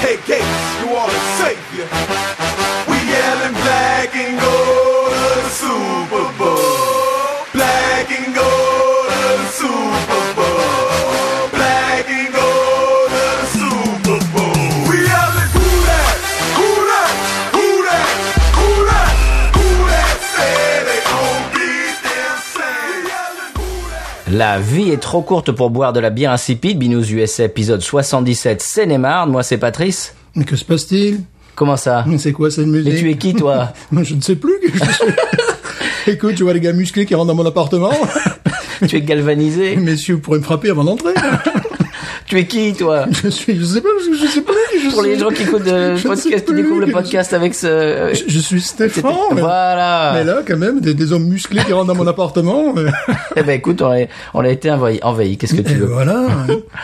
Hey Gates, you are the savior. We yelling black and gold to the Super Bowl. Black and gold to the Super Bowl. Black and gold to the Super Bowl. We yelling who that? Who that? Who that? Who that? Who that? Say they gon' beat them. Say we yelling who that? La vie est trop courte pour boire de la bière insipide. Binous USA, épisode 77, Seine-et-Marne. Moi, c'est Patrice. Mais que se passe-t-il Comment ça Mais C'est quoi cette musique tu es qui, toi Moi, Je ne sais plus. qui je suis. Écoute, je vois les gars musclés qui rentrent dans mon appartement. Tu es galvanisé Messieurs, vous pourrez me frapper avant d'entrer. Tu es qui, toi je suis, je sais pas, je, je sais plus. qui je Pour les suis. gens qui écoutent euh, le Je ne sais podcast, qui plus découvrent le qui je podcast avec ce... euh, suis. Je, je suis Stéphane. mais- Voilà Mais là, quand même, des, des hommes musclés qui rentrent dans mon appartement. euh, Eh ben écoute, on a, on a été envahi. envahi. Qu'est-ce que Et tu veux voilà.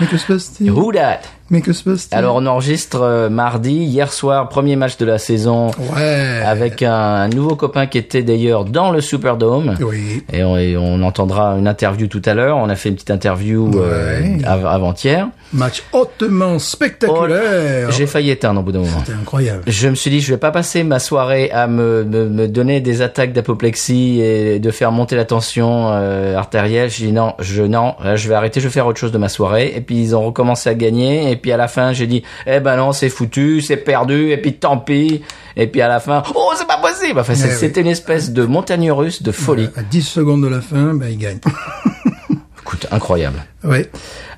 Mais que se passe-t-il Who dat Mais que se passe-t-il Alors on enregistre euh, mardi, hier soir, premier match de la saison Ouais. avec un nouveau copain qui était d'ailleurs dans le Superdome. Oui. Et on, et on entendra une interview tout à l'heure. On a fait une petite interview euh, Ouais. av- avant-hier. Match hautement spectaculaire. Oh, J'ai failli éteindre au bout d'un moment. C'était incroyable. Je me suis dit, je vais pas passer ma soirée à me, me, me donner des attaques d'apoplexie et de faire monter la tension euh, artérielle. J'ai dit non, je non, là, je vais arrêter, je vais faire autre chose de ma soirée. Et puis ils ont recommencé à gagner. Et puis à la fin, j'ai dit, eh ben non, c'est foutu, c'est perdu. Et puis tant pis. Et puis à la fin, oh c'est pas possible. Enfin, c'est- Eh oui. c'était une espèce de montagne russe de folie. Euh, À 10 secondes de la fin, ben, il gagne. Écoute, incroyable. ouais.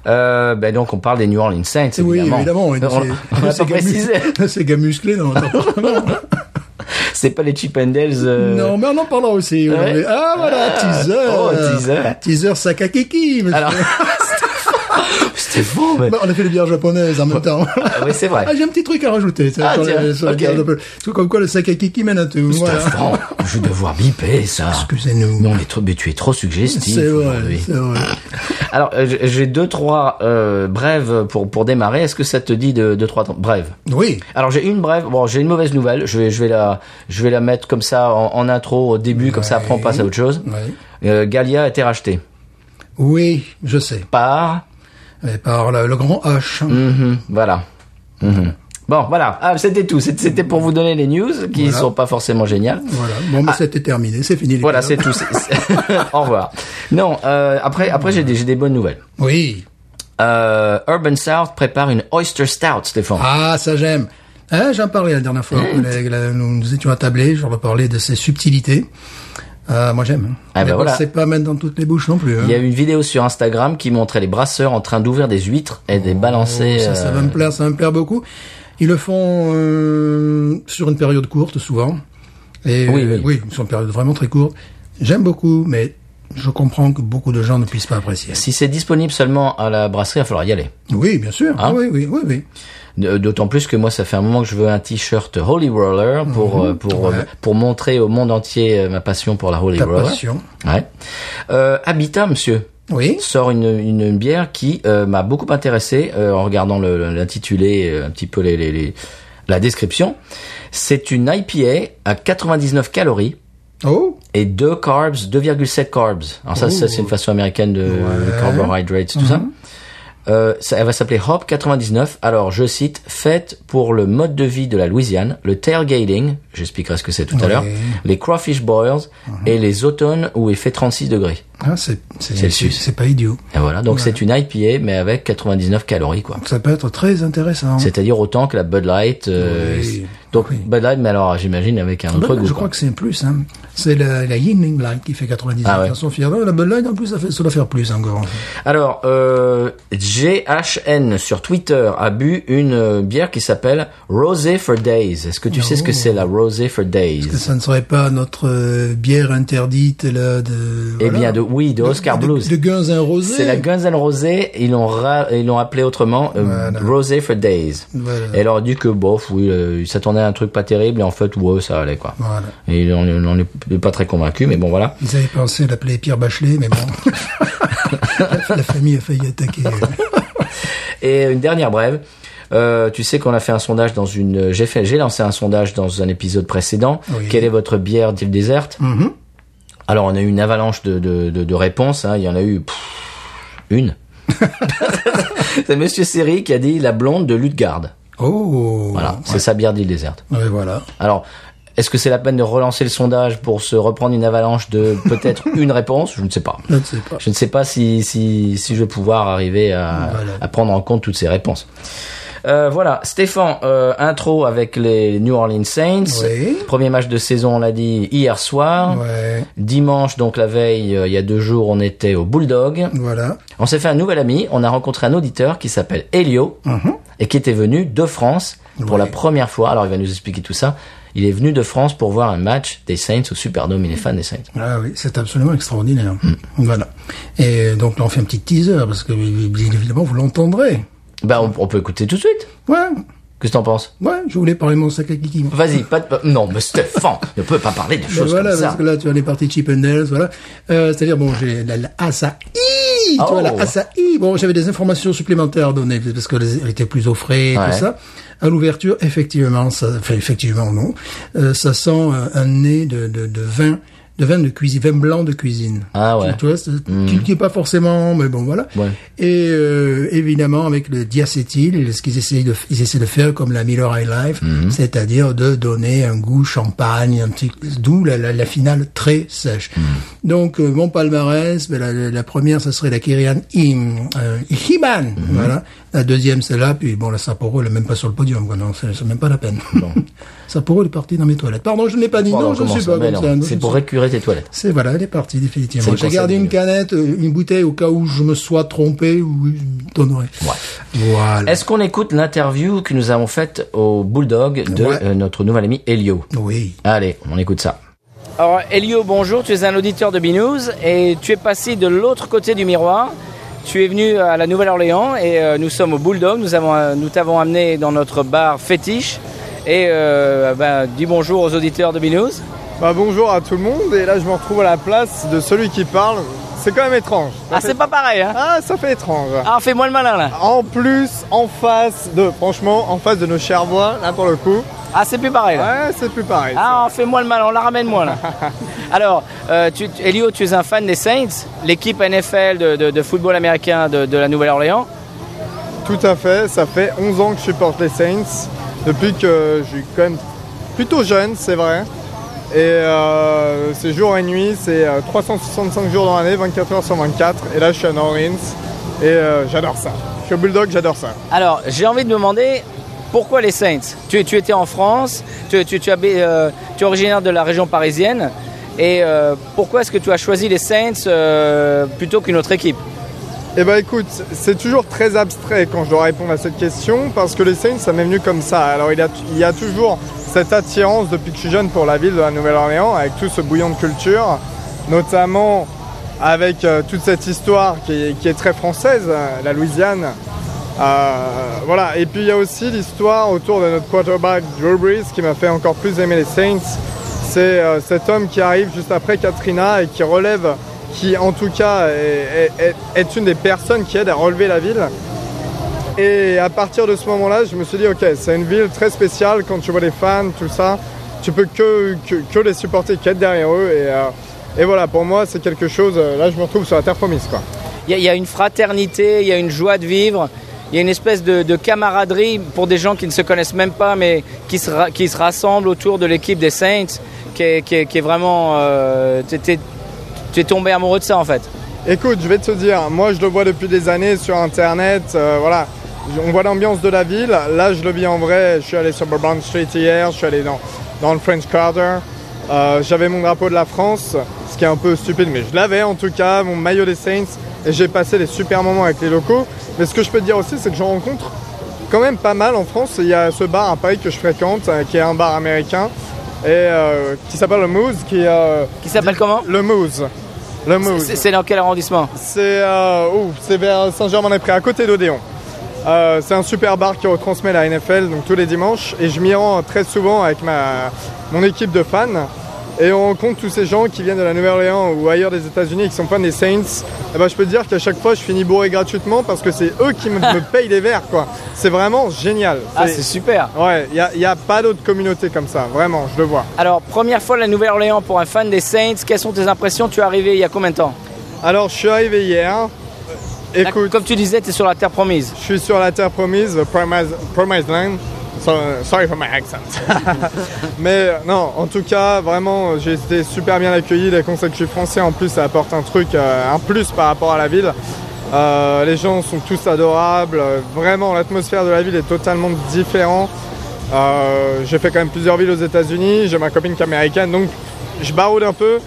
Euh, ben donc on parle des New Orleans Saints Oui, évidemment. évidemment. on on l'a pas précisé. C'est gars musclé dans notre appartement. C'est pas les Chip and Dale's, euh, Non, mais on en parlera aussi. ouais. Mais- Ah, voilà, teaser. oh, teaser. Teaser Sakakeki. monsieur. Alors, c'était faux, mais... Bah, on a fait les bières japonaises en même temps. Ah oui, c'est vrai. Ah, j'ai un petit truc à rajouter. ça, Ah, sur tiens, les- sur les ok. bières japonaises. Tout comme quoi le Sakakeki mène à tout. Putain, Voilà. Franck, je vais devoir biper ça. Excusez-nous. Mais, on est trop, mais tu es trop suggestif C'est vrai, aujourd'hui. c'est vrai. Alors, euh, j'ai- j'ai deux, trois euh, brèves pour, pour démarrer. Est-ce que ça te dit de, deux, trois temps- brèves Oui. Alors, j'ai une brève. Bon, j'ai une mauvaise nouvelle. Je vais, je vais, la, je vais la mettre comme ça en, en intro au début, comme ça après on passe à autre chose. Ouais. Euh, Galia a été racheté Oui, je sais. par... Mais par le, le grand H. Mhm, voilà. Mhm. Bon, voilà. Ah, c'était tout. C'était c'était pour vous donner les news qui Voilà. sont pas forcément géniales. Voilà. Bon, bah, c'était terminé. C'est fini. Ah. Voilà, c'est l'épisode. tout. C'est- c'est- Au revoir. Non, euh, après, après j'ai des, j'ai des bonnes nouvelles. Oui. Euh, Urban South prépare une Oyster Stout, Stéphane. Ah, ça j'aime. Hein, J'en parlais la dernière fois. Mm. collègue, là, nous nous étions attablés. Je reparlais de ses subtilités. Euh, moi j'aime. Ah, Mais bah, bon, voilà. C'est pas mettre dans toutes les bouches non plus. hein. Il y a eu une vidéo sur Instagram qui montrait les brasseurs en train d'ouvrir des huîtres et des balancer. Oh, euh, ça, ça va me plaire, ça va me plaire beaucoup. Ils le font euh, sur une période courte souvent. Et, Oui, oui. euh, oui, sur une période vraiment très courte. J'aime beaucoup, mais je comprends que beaucoup de gens ne puissent pas apprécier. Si c'est disponible seulement à la brasserie, il va falloir y aller. Oui, bien sûr. Ah oui, oui, oui, oui. D- D'autant plus que moi, ça fait un moment que je veux un t-shirt Holy Roller pour euh, pour Mhm. ouais. euh, pour montrer au monde entier euh, ma passion pour la Holy Ta Roller. passion. Ouais. Euh, Habitat, monsieur. Oui. sort une, une, une bière qui euh, m'a beaucoup intéressé euh, en regardant le- le- l'intitulé, euh, un petit peu les, les- les- la description. C'est une IPA à 99 calories Oh, et 2 carbs, 2,7 carbs. Alors ça, ça, c'est une façon américaine de carbohydrates, tout ça. Euh, ça. Elle va s'appeler Hop 99. Alors, je cite, faite pour le mode de vie de la Louisiane, le tailgating, j'expliquerai ce que c'est tout à Ouais. l'heure, les crawfish boils et les automnes où il fait 36 degrés. Ah, c'est c'est- le c'est- sud. c'est pas idiot. Et voilà, donc c'est une IPA, mais avec 99 calories, quoi. Ça peut être très intéressant. C'est-à-dire autant que la Bud Light. euh, Oui. c'est- Donc Bud Light, mais alors j'imagine avec un autre Bud Light, goût. je quoi. crois que c'est plus. Hein. C'est la, la Yingling Light qui fait 90 Ah ouais. version fière. La Bud Light, en plus, ça, fait, ça doit faire plus encore. Alors, euh, GHN sur Twitter a bu une euh, bière qui s'appelle Rosé for Days. Est-ce que tu sais ce que c'est la Rosé for Days Que ça ne serait pas notre euh, bière interdite là de. Eh voilà. bien, de, oui, de Oscar de, Blues. De Guinzin Rosé. C'est la Guns N' Rosé, ils l'ont ra- ils l'ont appelé autrement euh, Voilà. Rosé for Days. Voilà. Et alors, on dit que bof, oui, euh, il s'attendait à un truc pas terrible et en fait, ouais, ça allait quoi. Voilà. Et on n'en est pas très convaincu, mais bon voilà. Ils avaient pensé l'appeler Pierre Bachelet, mais bon. la famille a failli attaquer. Et une dernière brève. Euh, tu sais qu'on a fait un sondage dans une. J'ai fait, j'ai lancé un sondage dans un épisode précédent. Oui. Quelle est votre bière d'île déserte Alors on a eu une avalanche de de, de, de réponses. hein. Il y en a eu pff, une. c'est Monsieur Seri qui a dit la blonde de Lutgarde. Oh. Voilà, c'est sa bière d'île déserte. Ouais, voilà. Alors. Est-ce que c'est la peine de relancer le sondage pour se reprendre une avalanche de peut-être une réponse Je ne sais pas. Je ne sais pas. Je ne sais pas si, si, si je vais pouvoir arriver à, Voilà. à prendre en compte toutes ces réponses. Euh, voilà, Stéphane, euh, intro avec les New Orleans Saints. Oui. Premier match de saison, on l'a dit hier soir. Ouais. Dimanche, donc la veille, euh, il y a deux jours, on était au Bulldog. Voilà. On s'est fait un nouvel ami. On a rencontré un auditeur qui s'appelle Elio et qui était venu de France pour Mhm. Ouais. la première fois. Alors, il va nous expliquer tout ça. Il est venu de France pour voir un match des Saints au Superdome. Il est fan des Saints. Ah oui, c'est absolument extraordinaire. Hmm. Voilà. Et donc là, on fait un petit teaser, parce que bien évidemment, vous l'entendrez. Bah, on, on peut écouter tout de suite. Ouais, Qu'est-ce que t'en penses ouais, je voulais parler de mon sac à kiki. moi. Vas-y, pas de... Non, mais Stéphane ne peut pas parler de Ben choses voilà, comme ça. parce que là, tu as les parties Chip and Dale's, voilà. Euh, C'est-à-dire, bon, j'ai la, la acai, tu Oh. vois, la acai. Bon, j'avais des informations supplémentaires à donner, parce qu'elles étaient plus au frais et Ouais. tout ça. À l'ouverture, effectivement, ça, enfin, effectivement, non, Euh, ça sent euh, un nez de, de, de vin, de vin de cuisine, vin blanc de cuisine. Ah ouais. Tu, tu vois, c'est- qui, qui est pas forcément, mais bon, voilà. Ouais. Et euh, évidemment, avec le diacétyl, ce qu'ils essayent de, ils essaient de faire comme la Miller High Life, Mm-hmm. c'est-à-dire de donner un goût champagne, un petit, d'où la, la, la finale très sèche. Mm. Donc, euh, mon palmarès, ben, la, la- la première, ça serait la Kyrian Im, euh, Ichiban, Mm-hmm. voilà. La deuxième, c'est là, puis bon, la Sapporo, elle est même pas sur le podium, quoi, non, c'est c'est même pas la peine. Sapporo, elle est partie dans mes toilettes. Pardon, je ne l'ai pas dit, Pardon, non, je ne comment suis ça pas Mais comme non, ça. non, je C'est ne pour suis- récurer tes toilettes. c'est voilà, elle est partie C'est définitivement. le J'ai conseil gardé du une mieux. canette, euh, une bouteille au cas où je me sois trompé ou je donnerai. Voilà. Est-ce qu'on écoute l'interview que nous avons faite au Bulldog de Ouais. euh, notre nouvel ami Elio Oui. Allez, on écoute ça. Alors Elio, bonjour, tu es un auditeur de Binous et tu es passé de l'autre côté du miroir. Tu es venu à la Nouvelle-Orléans et euh, nous sommes au Bulldog. Nous avons, euh, nous t'avons amené dans notre bar fétiche et euh, ben, dis bonjour aux auditeurs de Binous. Bah, bonjour à tout le monde et là je me retrouve à la place de celui qui parle. C'est quand même étrange. Ah, c'est pas pareil, hein Ah ça fait étrange. Ah, fais-moi le malin là. En plus, en face de, franchement, en face de nos chers voix, là pour le coup, Ah, c'est plus pareil là. ouais c'est plus pareil. Ah, fais-moi le mal, on la ramène moi là. Alors, euh, tu, tu- Elio, tu es un fan des Saints, l'équipe NFL de, de- de football américain de, de la Nouvelle-Orléans. Tout à fait, ça fait 11 ans que je supporte les Saints, depuis que je suis quand même plutôt jeune, c'est vrai. Et euh, c'est jour et nuit, c'est euh, 365 jours dans l'année, 24 heures sur 24. Et là je suis à New Orleans et euh, j'adore ça. Je suis au Bulldog, j'adore ça. Alors, j'ai envie de demander pourquoi les Saints tu, tu étais en France, tu, tu- tu habais- euh, tu es originaire de la région parisienne, et euh, pourquoi est-ce que tu as choisi les Saints euh, plutôt qu'une autre équipe Eh ben écoute, c'est toujours très abstrait quand je dois répondre à cette question parce que les Saints, ça m'est venu comme ça. Alors il y, a, il y a toujours cette attirance depuis que je suis jeune pour la ville de la Nouvelle-Orléans avec tout ce bouillon de culture, notamment avec euh, toute cette histoire qui est, qui est très française, euh, la Louisiane. Euh, voilà. Et puis il y a aussi l'histoire autour de notre quarterback Drew Brees qui m'a fait encore plus aimer les Saints. C'est euh, cet homme qui arrive juste après Katrina et qui relève, qui en tout cas est, est- est- est une des personnes qui aide à relever la ville. Et à partir de ce moment-là, je me suis dit, ok, c'est une ville très spéciale quand tu vois les fans, tout ça. Tu peux que, que, que les supporter, qu'être derrière eux. Et, euh, et voilà, pour moi, c'est quelque chose. euh, Là, je me retrouve sur la terre promise, quoi. Il y, a- il y a une fraternité, il y a une joie de vivre, il y a une espèce de, de camaraderie pour des gens qui ne se connaissent même pas, mais qui se, ra- qui se rassemblent autour de l'équipe des Saints, qui est, qui est- qui est vraiment... euh, t'es- t'es- tu es tombé amoureux de ça en fait. Écoute, je vais te dire, moi je le vois depuis des années sur internet, euh, voilà. on voit l'ambiance de la ville. Là, je le vis en vrai. Je suis allé sur Bourbon Street hier, je suis allé dans, dans le French Quarter. Euh, J'avais mon drapeau de la France, ce qui est un peu stupide, mais je l'avais en tout cas, mon maillot des Saints, et j'ai passé des super moments avec les locaux. Mais ce que je peux te dire aussi, c'est que j'en rencontre quand même pas mal en France. Il y a ce bar à Paris que je fréquente, euh, qui est un bar américain, et euh, qui s'appelle le Moose, qui est, euh, Qui s'appelle comment le Moose. Le Moose. C'est c'est dans quel arrondissement C'est euh, ouh, c'est vers Saint-Germain-des-Prés, à côté d'Odéon. Euh, c'est un super bar qui retransmet la NFL donc tous les dimanches et je m'y rends très souvent avec ma, mon équipe de fans et on rencontre tous ces gens qui viennent de la Nouvelle-Orléans ou ailleurs des États-Unis et qui sont fans des Saints. Et ben, je peux te dire qu'à chaque fois je finis bourré gratuitement parce que c'est eux qui me, me payent les verres quoi. C'est vraiment génial. Ah, C'est- c'est super. ouais, il n'y a, pas d'autre communauté comme ça, vraiment, je le vois. Alors, première fois la Nouvelle-Orléans pour un fan des Saints, quelles sont tes impressions Tu es arrivé il y a combien de temps Alors je suis arrivé hier. Écoute, Comme tu disais, tu es sur la terre promise. Je suis sur la terre promise, the promised, promised land. So- sorry for my accent. Mais euh, non, en tout cas, vraiment, euh, j'ai été super bien accueilli. Les conseils que je suis français, en plus, ça apporte un truc, euh, un plus par rapport à la ville. Euh, les gens sont tous adorables. Euh, Vraiment, l'atmosphère de la ville est totalement différente. Euh, j'ai fait quand même plusieurs villes aux États-Unis. J'ai ma copine qui est américaine, donc je baroude un peu.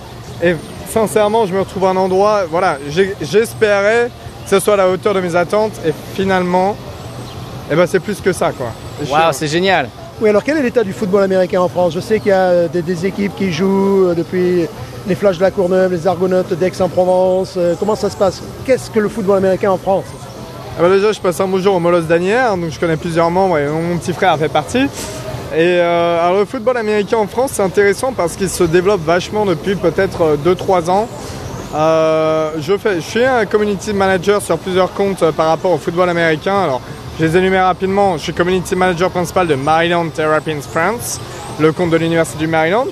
Et sincèrement, je me retrouve à un endroit, voilà, j'ai- j'espérais que ce soit à la hauteur de mes attentes. Et finalement, eh ben, c'est plus que ça, quoi. Je- Waouh, c'est génial. Oui, alors quel est l'état du football américain en France Je sais qu'il y a euh, des, des équipes qui jouent euh, depuis les Flashs de la Courneuve, les Argonautes d'Aix-en-Provence. Euh, Comment ça se passe Qu'est-ce que le football américain en France Ah bah déjà, je passe un beau jour au Molos d'Anières, donc je connais plusieurs membres et mon petit frère fait partie. Et euh, alors le football américain en France, c'est intéressant parce qu'il se développe vachement depuis peut-être 2-3 ans. Euh, je, fais, je suis un community manager sur plusieurs comptes euh, par rapport au football américain. Alors, je les énumère rapidement. Je suis community manager principal de Maryland Terrapins France, le compte de l'Université du Maryland.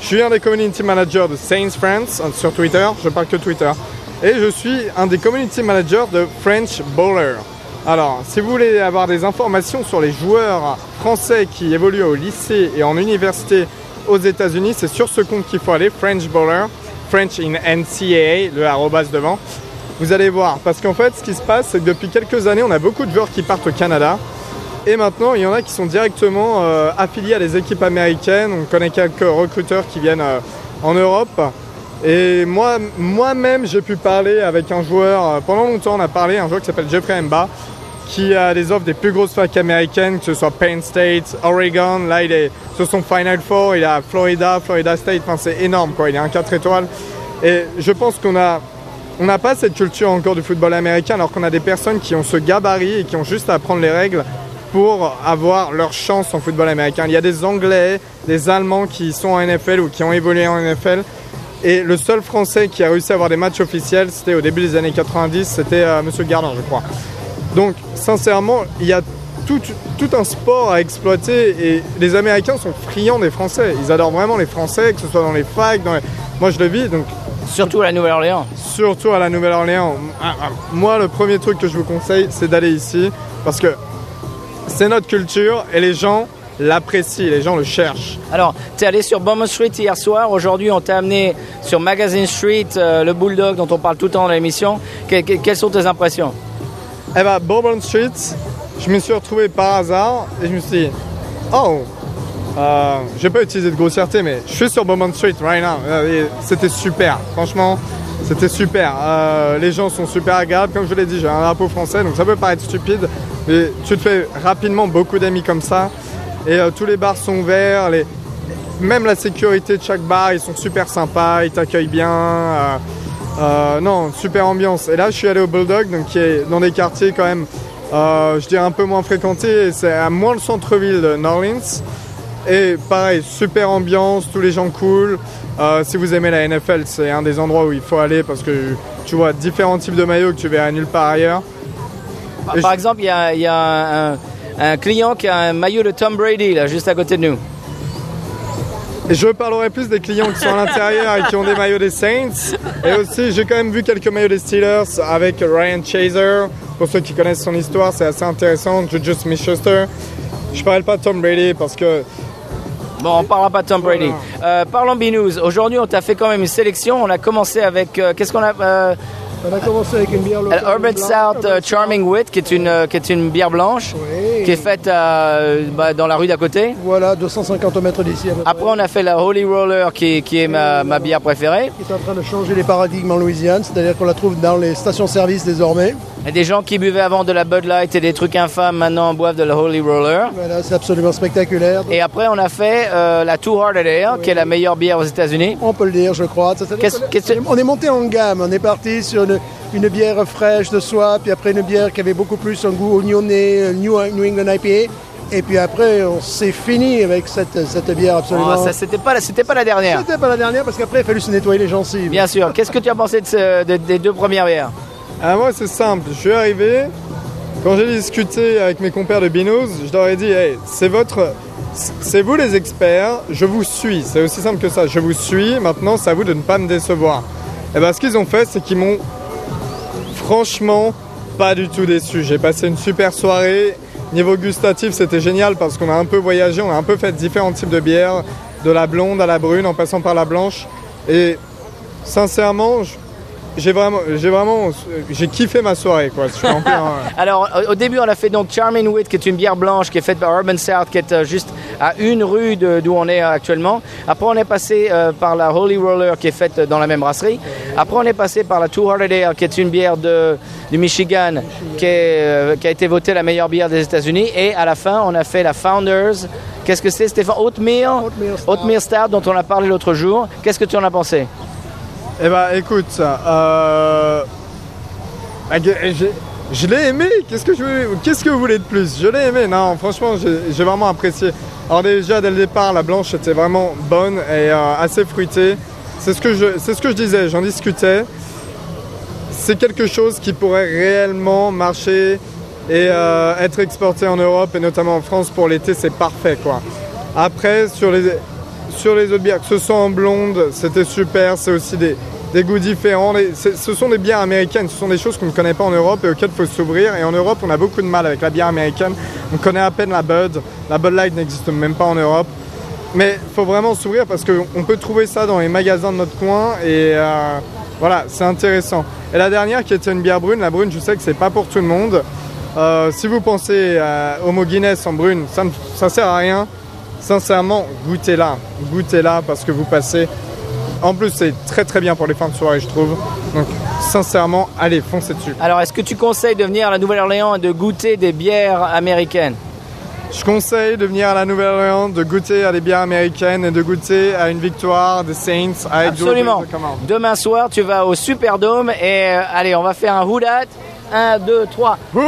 Je suis un des community managers de Saints France euh, sur Twitter. Je parle que Twitter. Et je suis un des community managers de French Bowler. Alors, si vous voulez avoir des informations sur les joueurs français qui évoluent au lycée et en université aux États-Unis, c'est sur ce compte qu'il faut aller, French Bowler. French in NCAA, le arrobas devant. Vous allez voir, parce qu'en fait, ce qui se passe, c'est que depuis quelques années, on a beaucoup de joueurs qui partent au Canada. Et maintenant, il y en a qui sont directement euh, affiliés à des équipes américaines. On connaît quelques recruteurs qui viennent euh, en Europe. Et moi- moi-même, j'ai pu parler avec un joueur, euh, pendant longtemps, on a parlé, un joueur qui s'appelle Jeffrey Mba, qui a des offres des plus grosses facs américaines, que ce soit Penn State, Oregon, là il est sur son Final Four, il a Florida, Florida State, enfin c'est énorme quoi, il est un 4 étoiles. Et je pense qu'on a on n'a pas cette culture encore du football américain alors qu'on a des personnes qui ont ce gabarit et qui ont juste à apprendre les règles pour avoir leur chance en football américain. Il y a des Anglais, des Allemands qui sont en NFL ou qui ont évolué en NFL. Et le seul Français qui a réussi à avoir des matchs officiels, c'était au début des années 90, c'était euh, Monsieur Gardin, je crois. Donc, sincèrement, il y a tout, tout un sport à exploiter et les Américains sont friands des Français. Ils adorent vraiment les Français, que ce soit dans les facs, dans les- moi je le vis, donc Surtout à la Nouvelle-Orléans. surtout à la Nouvelle-Orléans. Ah, ah, Moi, le premier truc que je vous conseille, c'est d'aller ici parce que c'est notre culture et les gens l'apprécient, les gens le cherchent. Alors, tu es allé sur Bourbon Street hier soir. Aujourd'hui, on t'a amené sur Magazine Street, euh, le Bulldog dont on parle tout le temps dans l'émission. Que- que- quelles sont tes impressions Eh ben, Bourbon Street, je me suis retrouvé par hasard et je me suis dit, oh, euh, j'ai pas utilisé de grossièreté, mais je suis sur Bourbon Street right now. Euh, et C'était super, franchement, c'était super. Euh, les gens sont super agréables, comme je vous l'ai dit, j'ai un drapeau français, donc ça peut paraître stupide, mais tu te fais rapidement beaucoup d'amis comme ça. Et euh, tous les bars sont ouverts, les... même la sécurité de chaque bar, ils sont super sympas, ils t'accueillent bien. euh, euh, non, super ambiance. Et là, je suis allé au Bulldog, donc qui est dans des quartiers quand même, euh, je dirais un peu moins fréquentés. et C'est à moins le centre-ville de New Orleans. Et pareil, super ambiance, tous les gens cool. Euh, si vous aimez la NFL, c'est un des endroits où il faut aller parce que tu vois différents types de maillots que tu verras nulle part ailleurs. Par, Et par je- exemple, il y a, il y a un, un client qui a un maillot de Tom Brady, là, juste à côté de nous. Et je parlerai plus des clients qui sont à l'intérieur et qui ont des maillots des Saints. Et aussi, j'ai quand même vu quelques maillots des Steelers avec Ryan Chaser. Pour ceux qui connaissent son histoire, c'est assez intéressant. Juju Smith-Schuster. Je parle pas de Tom Brady parce que Bon, on parlera pas de Tom Brady. Euh, parlons B-News. Aujourd'hui, on t'a fait quand même une sélection. On a commencé avec. euh, Qu'est-ce qu'on a. euh, On a commencé avec une bière locale. Alors, Urban blanche, South Urban euh, Charming Wit, qui est une, euh, qui est une bière blanche, Oui. qui est faite euh, bah, dans la rue d'à côté. Voilà, 250 mètres d'ici. à peu près. Après, on a fait la Holy Roller, qui, qui est ma, ma bière préférée. qui est en train de changer les paradigmes en Louisiane, c'est-à-dire qu'on la trouve dans les stations-service désormais. Et des gens qui buvaient avant de la Bud Light et des trucs infâmes, maintenant boivent de la Holy Roller. Voilà, c'est absolument spectaculaire. Et après, on a fait euh, la Two Hearted Ale, qui est la meilleure bière aux États-Unis. On peut le dire, je crois. Ça, ça- Qu'est-ce- on est- qu'est-ce- on est monté en gamme. On est parti sur une, une bière fraîche de soie, puis après une bière qui avait beaucoup plus un goût oignonné, euh, New, New England IPA. Et puis après, on s'est fini avec cette, cette bière absolument. Oh, ça, c'était pas, la- c'était pas la dernière. C'était pas la dernière parce qu'après, il a fallu se nettoyer les gencives. Bien sûr. Qu'est-ce que tu as pensé de ce- de- des deux premières bières Ah, moi, c'est simple. Je suis arrivé. Quand j'ai discuté avec mes compères de Binous, je leur ai dit Hey, c'est votre. C'est vous les experts, je vous suis. C'est aussi simple que ça. Je vous suis. Maintenant, c'est à vous de ne pas me décevoir. Et bien, ce qu'ils ont fait, c'est qu'ils m'ont franchement pas du tout déçu. J'ai passé une super soirée. Niveau gustatif, c'était génial parce qu'on a un peu voyagé, on a un peu fait différents types de bières, de la blonde à la brune en passant par la blanche. Et sincèrement, je- j'ai vraiment, j'ai vraiment, j'ai kiffé ma soirée quoi. Je suis en plein, euh, Alors, au- au début, on a fait donc Charming Wit, qui est une bière blanche qui est faite par Urban South, qui est euh, juste à une rue de- d'où on est euh, actuellement. Après, on est passé euh, par la Holy Roller, qui est faite euh, dans la même brasserie. Après, on est passé par la Two Hearted Ale, qui est une bière de, du Michigan, qui, est, euh, qui a été votée la meilleure bière des États-Unis. Et à la fin, on a fait la Founders. Qu'est-ce que c'est, Stéphane Oatmeal Oatmeal Stout. Oatmeal Stout, dont on a parlé l'autre jour. Qu'est-ce que tu en as pensé Eh bah écoute, euh... bah, que- j'ai- je l'ai aimé, qu'est-ce que, je voulais- qu'est-ce que vous voulez de plus Je l'ai aimé, non, franchement, j'ai j'ai vraiment apprécié. Alors déjà, dès le départ, la blanche était vraiment bonne et euh, assez fruitée. C'est ce, que je, c'est ce que je disais, j'en discutais. C'est quelque chose qui pourrait réellement marcher et euh, être exporté en Europe et notamment en France pour l'été, c'est parfait quoi. Après, sur les, sur les autres bières, que ce soit en blonde, c'était super, c'est aussi des, des goûts différents. Les- c'est- ce sont des bières américaines, ce sont des choses qu'on ne connaît pas en Europe et auxquelles il faut s'ouvrir. Et en Europe, on a beaucoup de mal avec la bière américaine. On connaît à peine la Bud, la Bud Light n'existe même pas en Europe. Mais il faut vraiment s'ouvrir parce qu'on peut trouver ça dans les magasins de notre coin et euh, voilà, c'est intéressant. Et la dernière qui était une bière brune, la brune, je sais que c'est pas pour tout le monde. Euh, si vous pensez euh, au mot Guinness en brune, ça ne ça sert à rien. Sincèrement, goûtez-la. Goûtez-la parce que vous passez. En plus, c'est très très bien pour les fins de soirée, je trouve. Donc, sincèrement, allez, foncez dessus. Alors, est-ce que tu conseilles de venir à la Nouvelle-Orléans et de goûter des bières américaines Je conseille de venir à la Nouvelle-Orléans, de goûter à des bières américaines et de goûter à une victoire des Saints avec Absolument. Joe Louis de Command. Demain soir, tu vas au Superdome et euh, allez, on va faire un houdat. 1, 2, 3. Houdat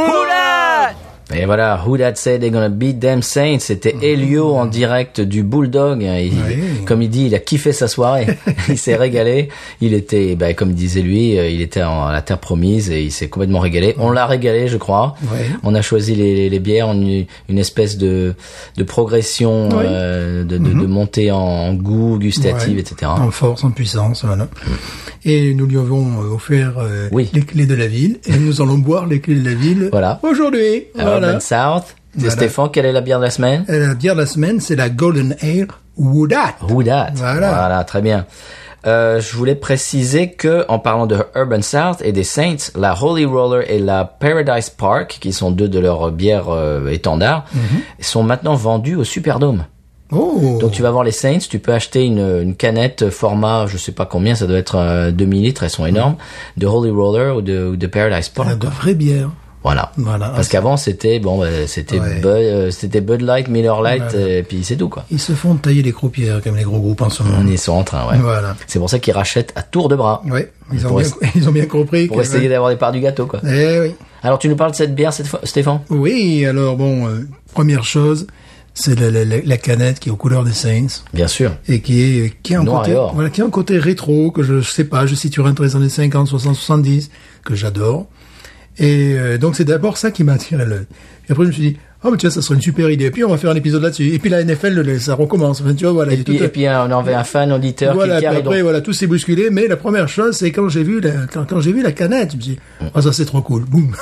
Et voilà, Who That Said They're Gonna Beat Them Saints, c'était Elio en direct du Bulldog. Il- Oui. Comme il dit, il a kiffé sa soirée, il s'est régalé. Il était, bah, comme disait lui, euh, il était en- à la terre promise et il s'est complètement régalé. On l'a régalé, je crois. Oui. On a choisi les, les- les bières, on a eu une espèce de, de progression, Oui. euh, de, de- de montée en, en goût gustative, Mhm. Ouais. etc. En force, en puissance, voilà. Et nous lui avons euh, offert euh, Oui. les clés de la ville et nous allons boire les clés de la ville Voilà. aujourd'hui. Alors, Voilà. Urban South. C'est Voilà. Stéphane, quelle est la bière de la semaine Et La bière de la semaine, c'est la Golden Ale Woodat. Who dat? Voilà. très bien. Euh, je voulais préciser que, en parlant de Urban South et des Saints, la Holy Roller et la Paradise Park, qui sont deux de leurs bières euh, étendards, sont maintenant vendues au Superdome. Oh Donc tu vas voir les Saints, tu peux acheter une, une canette format, je sais pas combien, ça doit être euh, 2 millilitres, elles sont énormes, de Holy Roller ou de, ou de Paradise Park. Ah, de vraies bières. Voilà. Voilà. Parce qu'avant c'était bon, euh, c'était Ouais. Bud, euh, c'était Bud Light, Miller Light, euh, et puis c'est tout quoi. Ils se font tailler les croupières comme les gros groupes en ce moment. Ils sont en train, ouais. Voilà. C'est pour ça qu'ils rachètent à tour de bras. Ouais, ils ont, Pour bien, ils ont bien compris. Pour que- essayer d'avoir des parts du gâteau, quoi. Eh oui. Alors, tu nous parles de cette bière, cette fois, Stéphane Oui, alors bon, euh, première chose, c'est la, la- la- la canette qui est aux couleurs des Saints Bien sûr. et qui est qui a un Noir et côté or. voilà qui a un côté rétro que je sais pas, je situerai entre les années 50, 60, 70 que j'adore. Et euh, donc c'est d'abord ça qui m'a attiré l'œil. Et après je me suis dit Oh, mais tiens, ça serait une super idée. Et puis, on va faire un épisode là-dessus. Et puis, la NFL, le- ça recommence. Enfin, tu vois, voilà. il y Et a puis, tout un- et puis, euh, on avait un fan auditeur voilà, qui puis carré après, voilà, tout s'est bousculé, mais la première chose, c'est quand j'ai vu la, quand, quand j'ai vu la canette, je me suis dit, Mm. oh, ça c'est trop cool, boum.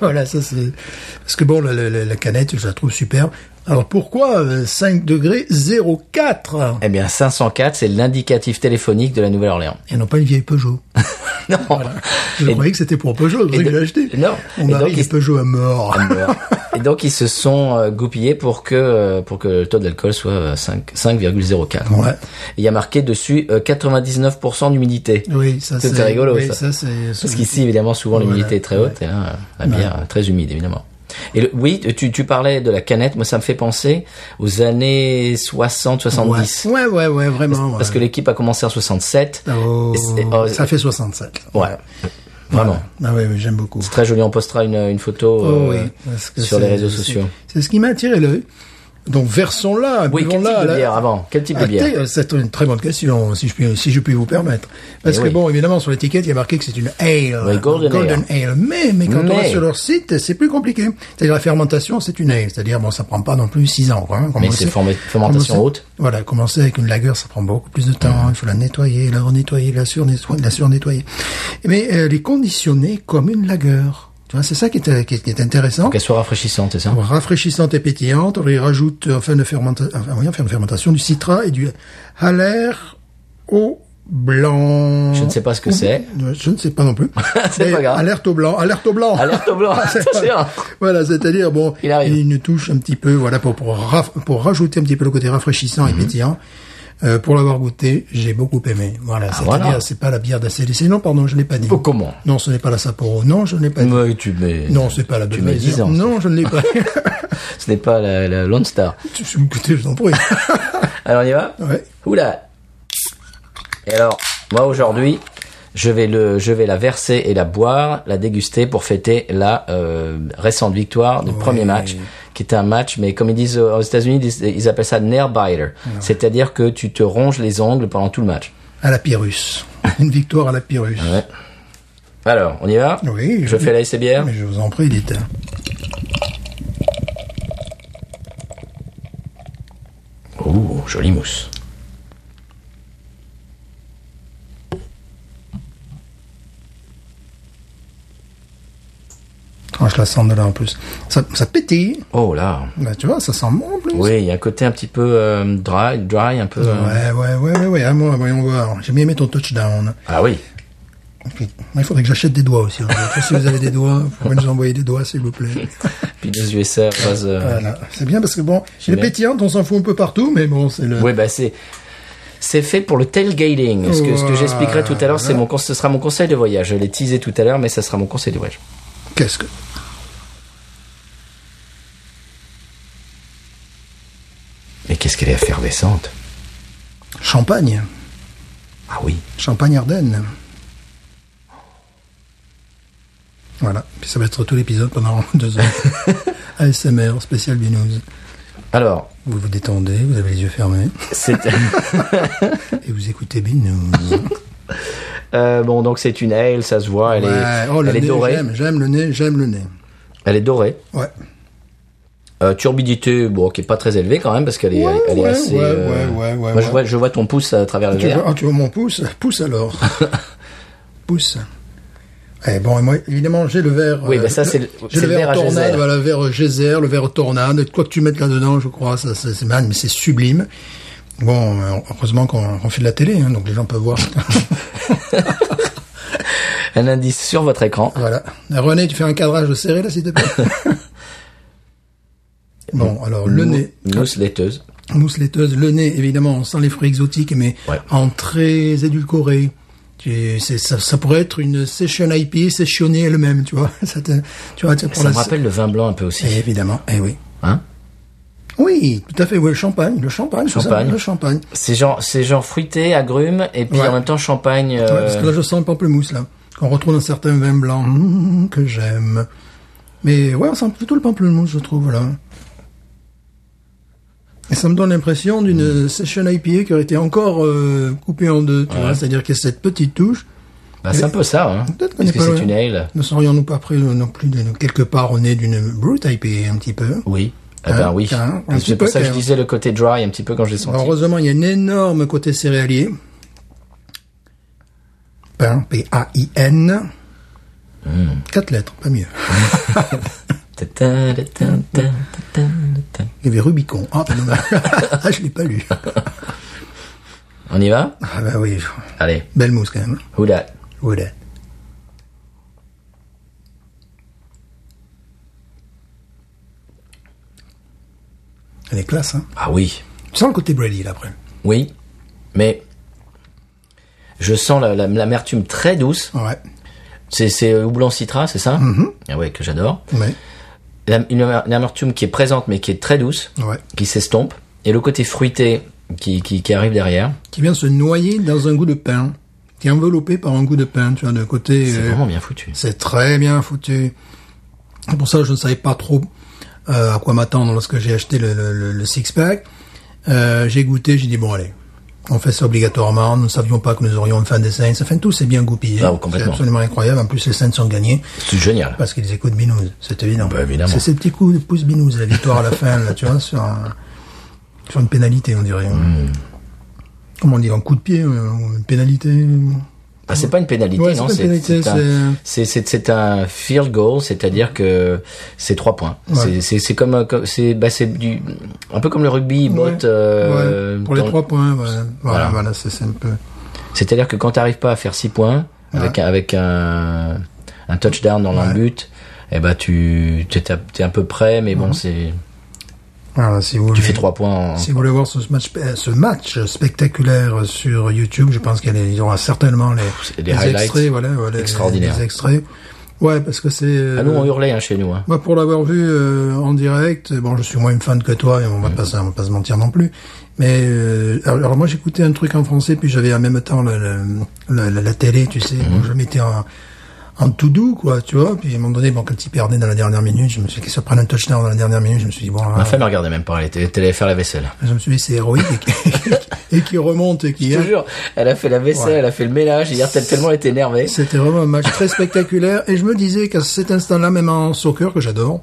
voilà, ça c'est, parce que bon, la, la- la- la canette, je la trouve superbe. Alors pourquoi euh, 5 degrés 04 Eh bien, 504, c'est l'indicatif téléphonique de la Nouvelle-Orléans. Et non pas une vieille Peugeot. Non. Je Et- croyais que c'était pour Peugeot, et je que de- j'ai acheté. non. Mon Et mari, donc, il est il- Peugeot à mort. Et donc, ils se sont euh, goupillés pour que, euh, pour que le taux d'alcool soit euh, 5 5,04. Ouais. Et Il y a marqué dessus euh, 99% d'humidité. Oui, ça C'est c'est. très rigolo, oui, ça. c'est. Parce qu'ici, évidemment, souvent Voilà. l'humidité est très haute et là, euh, la bière euh, très humide, évidemment. Et le- oui, tu, tu parlais de la canette. Moi, ça me fait penser aux années 60, 70. Ouais, ouais, ouais, ouais, vraiment. Parce ouais. que l'équipe a commencé en 67. Oh, Et c'est- oh, ça fait 67. Voilà. Vraiment. Ah oui, oui, j'aime beaucoup. C'est très joli. On postera une, une photo Oh euh, oui, parce que sur les c'est- réseaux c'est- sociaux. C'est ce qui m'a attiré l'œil. Donc versons-la, Oui, quel type buvons-la. à de la- bière avant Quel type de Ah, bière t'es- C'est une très bonne question, si je puis, si je puis vous permettre. Parce Eh que oui. bon, évidemment, sur l'étiquette, il y a marqué que c'est une ale. Oui, golden ale. Mais, mais quand on va Mais. sur leur site, c'est plus compliqué. C'est-à-dire, la fermentation, c'est une ale. C'est-à-dire, bon, ça prend pas non plus 6 ans, quoi. hein, comme Mais on le c'est sait. formé- fermentation Commencer- haute. Voilà, commencer avec une lagueur, ça prend beaucoup plus de Mm. temps. Il faut la nettoyer, la renettoyer, la surnettoyer, la surnettoyer. Mais euh, les conditionner comme une lagueur. Tu vois, c'est ça qui est, euh, qui est- qui est intéressant Qu'elle soit rafraîchissante, c'est ça rafraîchissante et pétillante. On y rajoute, euh, en fin de fermentation, enfin, oui, en fin de fermentation, du citra et du haller au blanc. Je ne sais pas ce que Ou- c'est. Euh, Je ne sais pas non plus. C'est Mais pas grave. Alerte au blanc, alerte au blanc. Alerte au blanc, C'est attention. pas- voilà, c'est-à-dire bon, Il arrive. une touche un petit peu, voilà, pour pour, raf- pour rajouter un petit peu le côté rafraîchissant Mhm. et pétillant. Euh, pour l'avoir goûté, j'ai beaucoup aimé. Voilà, c'est-à-dire Ah, voilà. c'est pas la bière d'ACDC. Non, pardon, je l'ai pas dit. Oh, comment Non, ce n'est pas la Sapporo. Non, je ne l'ai pas dit. Mais tu mets- Non, c'est pas la Tu Budweiser. mets 10 ans. Non, je ne l'ai pas. Ce n'est pas la, la Lone Star. Tu- tu- Écoutez, je t'en prie. Alors, on y va Ouais. Oula Et alors, moi aujourd'hui, je vais le, je vais la verser et la boire, la déguster pour fêter la euh, récente victoire du premier match, qui était un match, mais comme ils disent euh, aux États-Unis, ils, disent- ils appellent ça nail Ah, biter, c'est-à-dire que tu te ronges les ongles pendant tout le match. À la Pyrrhus. Une victoire à la Pyrrhus. Ouais. Alors, on y va Oui, Je oui. fais la essai bière. Mais je vous en prie, dites. Oh, Ouh, jolie mousse. Oh, je la sens de là en plus. Ça, ça pétille. Oh là. Bah, tu vois, ça sent bon en plus. Oui, il y a un côté un petit peu euh, dry, dry, un peu. euh, Ouais, ouais, ouais, ouais, ouais. Ah, moi, voyons voir. J'ai bien aimé ton touchdown. Ah oui. Puis, Il faudrait que j'achète des doigts aussi. hein. si vous avez des doigts, vous pouvez nous envoyer des doigts, s'il vous plaît. Puis les USA, base, euh, Voilà. C'est bien parce que bon, les l'ai. pétillantes, on s'en fout un peu partout, mais bon, c'est le. Ouais, bah c'est. C'est fait pour le tailgating. Ce que, ce que j'expliquerai tout à l'heure, c'est mon, conse- ce sera mon conseil de voyage. Je l'ai teasé tout à l'heure, mais ça sera mon conseil de voyage. Qu'est-ce que. Mais qu'est-ce qu'elle est effervescente. Champagne. Ah oui. Champagne Ardenne. Voilà, puis ça va être tout l'épisode pendant deux heures. ASMR, spécial Binous. Alors, Vous vous détendez, vous avez les yeux fermés, c'est. et vous écoutez Binous. euh, bon, donc c'est une ale, ça se voit. Elle Ouais, est, oh, le elle est nez, dorée. J'aime, j'aime le nez, j'aime le nez. Elle est dorée. Ouais. Euh, turbidité, bon, qui est pas très élevée quand même, parce qu'elle est, Ouais, elle est ouais, assez. ouais, euh, ouais, ouais, ouais, moi, je ouais. vois, hein. je vois ton pouce à travers le Tu veux, verre. ah, tu veux mon pouce Pouce alors. pouce. Eh bon, et moi, évidemment, j'ai le verre. euh, Oui, bah ça, c'est le- j'ai c'est le le verre verre à tornade, geyser. voilà, le verre geyser, le verre tornade. Quoi que tu mettes là-dedans, je crois, ça, ça, c'est mal, mais c'est sublime. Bon, euh, heureusement qu'on on fait de la télé, hein, donc les gens peuvent voir. Un indice sur votre écran. voilà. René, tu fais un cadrage serré là, s'il te plaît. bon, alors le Mou- nez. Mousse laiteuse. mousse laiteuse, le nez, évidemment, sans les fruits exotiques, mais Ouais. en très édulcoré. Tu- c'est- Ça, ça pourrait être une session IP sessionnée elle-même, tu vois. Ça te, tu vois, tu vois, pour Ça me la- rappelle le vin blanc un peu aussi. Eh, évidemment, eh oui. Hein Oui, tout à fait, oui, le champagne, le champagne, tout ça, Champagne. le champagne. C'est genre, c'est genre fruité, agrumes, et puis Ouais. en même temps champagne. euh, Ouais, parce que là, je sens le pamplemousse, là, qu'on retrouve dans certains vins blancs, mm, que j'aime. Mais ouais, on sent plutôt le pamplemousse, je trouve, là. Et ça me donne l'impression Mm. d'une session IPA qui aurait été encore euh, coupée en deux, tu vois. C'est-à-dire qu'il y a cette petite touche. Bah, c'est un peu ça, hein. Peut-être qu'on Parce est que pas c'est loin. une ale. Ne serions-nous pas près euh, non plus de, quelque part au nez d'une brute IPA un petit peu Oui. Ah Hein, ben oui. hein, un C'est petit pour peu, ça que je quand même. disais le côté dry un petit peu quand j'ai Alors, senti. Heureusement, il y a un énorme côté céréalier. Pain, P-A-I-N. Quatre lettres, pas mieux. Ta-ta, ta-ta, ta-ta, ta-ta. Il y avait Rubicon. Ah, pardon, ah, je l'ai pas lu. On y va Ah bah oui, Allez, belle mousse quand même. who that Who dat? Elle est classe, hein. Ah oui, Tu sens le côté Brady, là, après. oui, mais je sens la- la- l'amertume très douce. Ouais. C'est- C'est euh, houblon citra, c'est ça Ah ouais, que j'adore. Ouais. La- Une, amer- une amertume qui est présente mais qui est très douce, Ouais. qui s'estompe, et le côté fruité qui, qui, qui arrive derrière. Qui vient se noyer dans un goût de pain. Qui est enveloppé par un goût de pain, tu vois, de côté. C'est euh, vraiment Oh, bien foutu. C'est très bien foutu. C'est Pour ça, que je ne savais pas trop euh, à quoi m'attendre lorsque j'ai acheté le, le- le- le six-pack. Euh, j'ai goûté, j'ai dit, bon, allez, on fait ça obligatoirement. Nous ne savions pas que nous aurions une fin des Saints. Enfin, tout s'est bien goupillé. Ah, complètement. C'est absolument incroyable. En plus, les Saints sont gagnés C'est génial. parce qu'ils écoutent Binouze. C'est évident. Bah, évidemment. C'est ces petits coups de pouce Binouze, la victoire à la fin, là, tu vois, sur, un- sur une pénalité, on dirait. Mm. Comment on dit, un coup de pied, euh, ou une pénalité Ah, c'est pas une pénalité, Ouais, c'est non pas une pénalité, un- c'est c'est- c'est un field goal, c'est-à-dire que c'est trois points. C'est- C'est c'est comme un- comme- c'est bah, c'est du un peu comme le rugby, il botte. Ouais, euh, ouais, pour les dans- trois points, voilà. Voilà. Voilà, voilà, c'est c'est un peu. C'est-à-dire que quand t'arrives pas à faire six points avec un- avec un un touchdown dans le but, eh ben tu t'es t'es un peu près, mais bon c'est Voilà, si vous tu voulez- fais trois hein. points. en- Si vous voulez voir ce match, euh, ce match spectaculaire sur YouTube, je pense qu'il y aura certainement les, c'est des highlights extraits, voilà, voilà, extraordinaires. les extraits. Ouais, parce que c'est. euh, Ah, nous on hurlait hein, chez nous. Hein. moi, pour l'avoir vu euh, en direct, bon, je suis moins fan que toi, et on va pas, se- on va pas se mentir non plus. Mais euh, alors, alors moi, j'écoutais un truc en français, puis j'avais en même temps le- le- le- la, la télé, tu Mhm. sais, donc je mettais en, en tout doux, quoi, tu vois. Puis à un moment donné, bon, quand il perdait dans la dernière minute, je me suis dit qu'ils se prennent un touchdown dans la dernière minute, je me suis dit bon, là, Ma femme elle regardait même pas, elle était, elle était allée faire la vaisselle. je me suis dit c'est héroïque et qui, et qui remonte et qui Je te jure, elle a fait la vaisselle, Ouais. elle a fait le ménage. Hier, elle tellement elle était énervée. C'était vraiment un match très spectaculaire et je me disais qu'à cet instant-là, même en soccer que j'adore,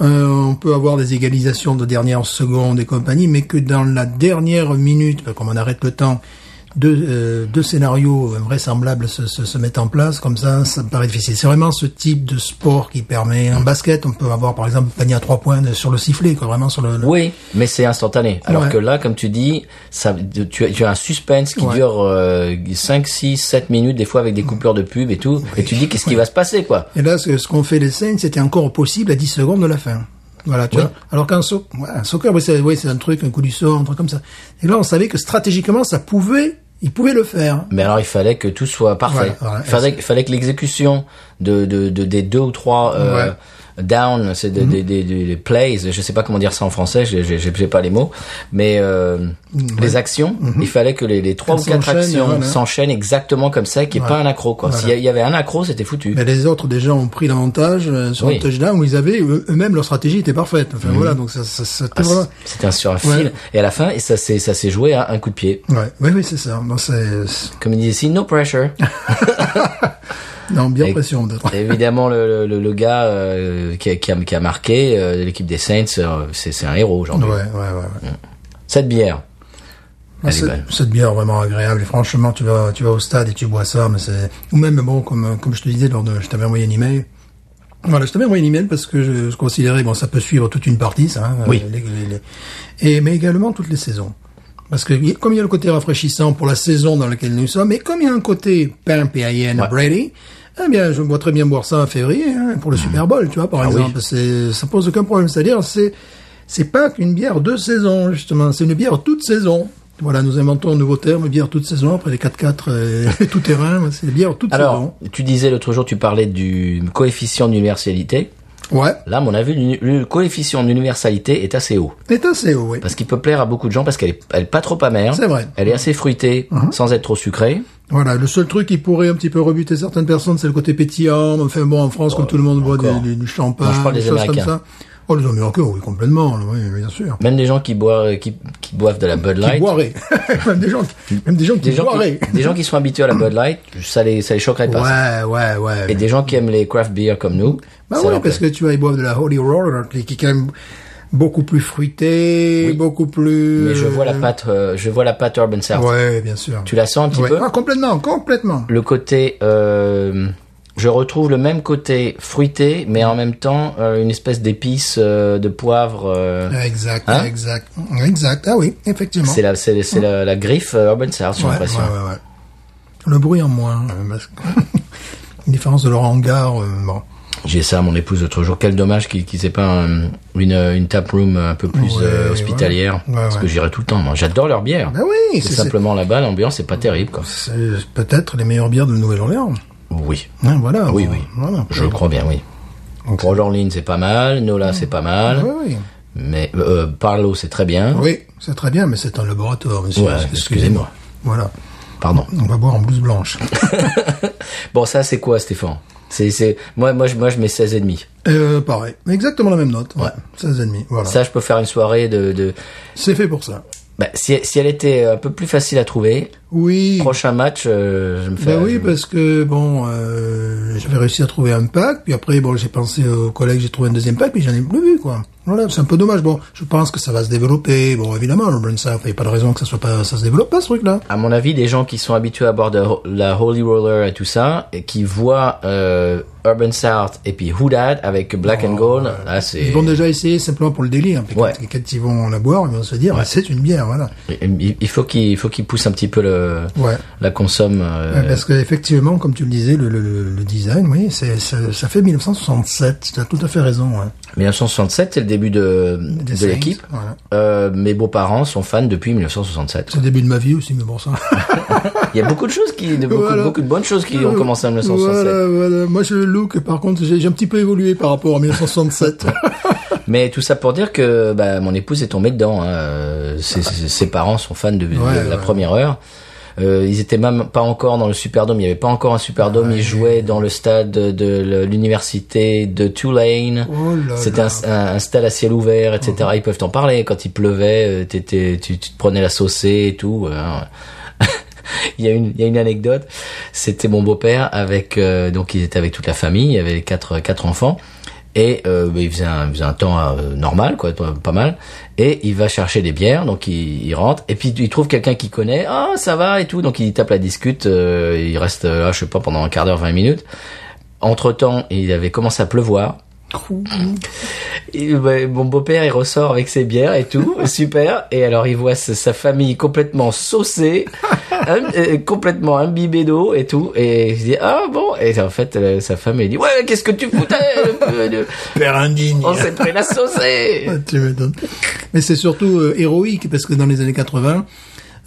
euh, on peut avoir des égalisations de dernière seconde et compagnie, mais que dans la dernière minute, parce qu'on en arrête le temps, deux, euh, deux scénarios vraisemblables se, se, se mettent en place, comme ça, ça me paraît difficile. C'est vraiment ce type de sport qui permet, en basket, on peut avoir par exemple un panier à trois points de- sur le sifflet, quoi, vraiment sur le... le- Oui, mais c'est instantané. Alors Ouais. que là, comme tu dis, ça, tu, as, tu as un suspense qui Ouais. dure euh, 5, 6, 7 minutes, des fois avec des coupures de pub et tout. Et tu dis, qu'est-ce qui va se passer, quoi Et là, ce, ce qu'ont fait les Saints, c'était encore possible à 10 secondes de la fin. Voilà, tu Oui. vois. Alors qu'un so ouais, un soccer, oui, c'est oui, c'est un truc, un coup du sort, un truc comme ça. Et là, on savait que stratégiquement, ça pouvait, ils pouvaient le faire. Mais alors, il fallait que tout soit parfait. Voilà, voilà. Il fallait, il fallait que l'exécution de, de, de- des deux ou trois euh, down, c'est Mm-hmm. des, des, des, des- des plays, je sais pas comment dire ça en français, j'ai- j'ai j'ai- j'ai pas les mots, mais euh, Mm, les actions, il fallait que les, les trois ou Elles quatre Mm-hmm. s'enchaînent, actions voilà. s'enchaînent exactement comme ça, qu'il n'y ait pas un accro, quoi. S'il y a- il y avait un accro, c'était foutu. Mais les autres, déjà, ont pris l'avantage euh, sur Oui. Mhm. le touchdown où ils avaient, eux- eux-mêmes, leur stratégie était parfaite. Enfin, voilà, donc ça, ça, ça- Ah, voilà. c'est- C'était un sur un Ouais. fil. Et à la fin, et ça s'est, ça s'est joué à un coup de pied. Ouais, oui, oui, c'est ça. Non, c'est, c'est- Comme il disait ici, no pressure. non, bien Et- pression, peut-être. Évidemment, le, le, le gars euh, qui, a, qui, a, qui a marqué euh, l'équipe des Saints, euh, c'est, c'est un héros Ouais, aujourd'hui. ouais, ouais. ouais. Cette bière. Ah, Elle est cette, bonne. cette bière vraiment agréable. Et franchement, tu vas, tu vas au stade et tu bois ça, mais c'est ou même bon, comme comme je te disais lors de, je t'avais envoyé un email. Voilà, je t'avais envoyé un email parce que je, je considérais bon, ça peut suivre toute une partie, ça. hein, Oui. euh, les- les- les- et mais également toutes les saisons. Parce que il- comme il y a le côté rafraîchissant pour la saison dans laquelle nous sommes, et comme il y a un côté pimp et Ian Ouais. Brady, eh bien, je vois très bien boire ça en février hein, pour le Hmm. Super Bowl, tu vois, Ah par exemple. C'est, ça pose aucun problème. C'est-à-dire, c'est, c'est pas qu'une bière de saison, justement. C'est une bière toute saison. Voilà, nous inventons un nouveau terme, bière toute saison, après les 4-4 euh, tout terrain, c'est bière toute Alors, tu disais l'autre jour, tu parlais du coefficient d'universalité. saison. Ouais. Là, à mon avis, l'uni- le coefficient d'universalité est assez haut. C'est assez haut, oui. Parce qu'il peut plaire à beaucoup de gens parce qu'elle est, elle est pas trop amère. C'est Mhm. vrai. Elle est assez fruitée, sans être trop sucrée. Voilà, le seul truc qui pourrait un petit peu rebuter certaines personnes, c'est le côté pétillant. Enfin bon, en France, comme tout le monde boit encore. du, du- du champagne, Oh, Non, je parle des choses comme Américains. ça. Oh, les Américains, oui, complètement, oui, bien sûr. Même des gens qui boivent, qui, qui boivent de la Bud Qui Light. boiraient. même des gens, qui- même des gens qui des gens, boiraient. qui, des gens qui sont habitués à la Bud Light, ça les, ça les choquerait pas. ça. Ouais, ouais, ouais. Et des gens qui aiment les craft beer comme nous. Bah ça ouais, leur parce que plaît. tu vas y boire de la Holy Roller, qui qui est quand même beaucoup plus fruitée, Oui. beaucoup plus... Mais je vois la euh, pâte, euh, je vois la pâte Urban Sart. Ouais, Ah, bien sûr. Tu la sens un petit Ouais. peu Ah, complètement, complètement. Le côté euh, je retrouve le même côté fruité, mais en même temps euh, une espèce d'épice euh, de poivre. euh, Exact, Hein exact, exact. Ah oui, effectivement. c'est la, c'est, c'est la, la griffe euh, Urban Star, j'ai Ouais, l'impression. ouais, ouais, ouais. Le bruit en moins. euh, parce que- Une différence de leur hangar. euh, bon. J'ai ça à mon épouse l'autre jour. Quel dommage qu'ils qu'ils aient pas un- une, euh, une tap room un peu plus Ouais, euh, hospitalière. ouais. Ouais, parce ouais. que j'irai tout le temps. Moi, j'adore leur bière. Ben oui, Bah c'est c'est- c'est simplement là-bas, l'ambiance c'est pas terrible. Quoi. c'est peut-être les meilleures bières de Nouvelle-Orléans. Oui, Hein, voilà. oui, bon, oui. Voilà. Je crois bien, oui. Roll Orleans c'est pas mal, Nola c'est pas mal, Oui, oui. mais euh, Parlo c'est très bien. Oui, c'est très bien, mais c'est un laboratoire, monsieur. Ah. Ouais, excusez-moi. Voilà. Pardon. On va boire en blouse blanche. Bon ça c'est quoi Stéphane C'est c'est moi moi je moi je mets 16 et demi. euh, pareil. Exactement la même note. Ouais. 16,5. Voilà. Ça je peux faire une soirée de, de... C'est fait pour ça. Bah, si si elle était un peu plus facile à trouver, Oui. prochain match euh, je me fais Ben oui, parce que bon, euh, j'avais réussi à trouver un pack, puis après, bon, j'ai pensé aux collègues, j'ai trouvé un deuxième pack, puis j'en ai plus vu, quoi. Voilà, c'est un peu dommage. Bon, je pense que ça va se développer. Bon, évidemment, le Brunsa, il n'y a pas de raison que ça soit pas, ça se développe pas, ce truc-là. à mon avis, des gens qui sont habitués à boire de ho- la Holy Roller et tout ça, et qui voient euh, Urban South et puis Who Dat avec Black and Gold, là c'est Oh, Ils vont déjà essayer simplement pour le délire. Puis Ouais. quand, quand ils vont la boire, ils vont se dire, Ah, c'est une bière, voilà. il il faut qu'il il faut qu'il pousse un petit peu le Ouais. la consomme. euh, Ouais, Parce que effectivement, comme tu le disais, le, le- le, le design, oui, c'est, ça, ça fait 1967. Tu as tout à fait raison. hein. 1967, c'est le début de Des de Saints, l'équipe. voilà. Euh, mes beaux-parents sont fans depuis 1967. C'est le début de ma vie aussi, mais bon ça. Il y a beaucoup de choses qui, de beaucoup, Voilà. beaucoup de bonnes choses qui ont commencé en 1967. Voilà, voilà. Moi, je le look, par contre, j'ai j'ai un petit peu évolué par rapport à 1967. Mais tout ça pour dire que bah, mon épouse est tombée dedans. hein. Euh, Ses, ses- ses parents sont fans de, de Ouais, la ouais. première heure. Euh, ils étaient même pas encore dans le Superdome. Il n'y avait pas encore un Superdome. Ils jouaient dans le stade de, de l'université de Tulane. Oh là C'était un, là. un- un stade à ciel ouvert, etc. Ils peuvent t'en parler. Quand il pleuvait, euh, t'étais- tu, tu te prenais la saucée et tout. hein. il, y a une, il y a une anecdote. C'était mon beau-père avec euh, donc ils étaient avec toute la famille. Il y avait quatre quatre enfants. Et euh, bah, il, faisait un, il faisait un temps euh, normal, quoi, pas, pas mal. Et il va chercher des bières, donc il, il rentre. Et puis il trouve quelqu'un qu'il connaît. Ah, ça va et tout. Donc il tape la discute. euh, il reste euh, là, je sais pas, pendant un quart d'heure, 20 minutes. Entre temps, il avait commencé à pleuvoir. Et, bah, mon beau-père, il ressort avec ses bières et tout, super. Et alors, il voit sa- sa famille complètement saucée, im- euh, complètement imbibée d'eau et tout. Et il se dit, ah bon Et en fait, euh, sa femme, elle dit, ouais, qu'est-ce que tu foutais euh, de- Père indigne. On s'est pris la saucée Ah, tu m'étonnes. Mais c'est surtout euh, héroïque parce que dans les années 80,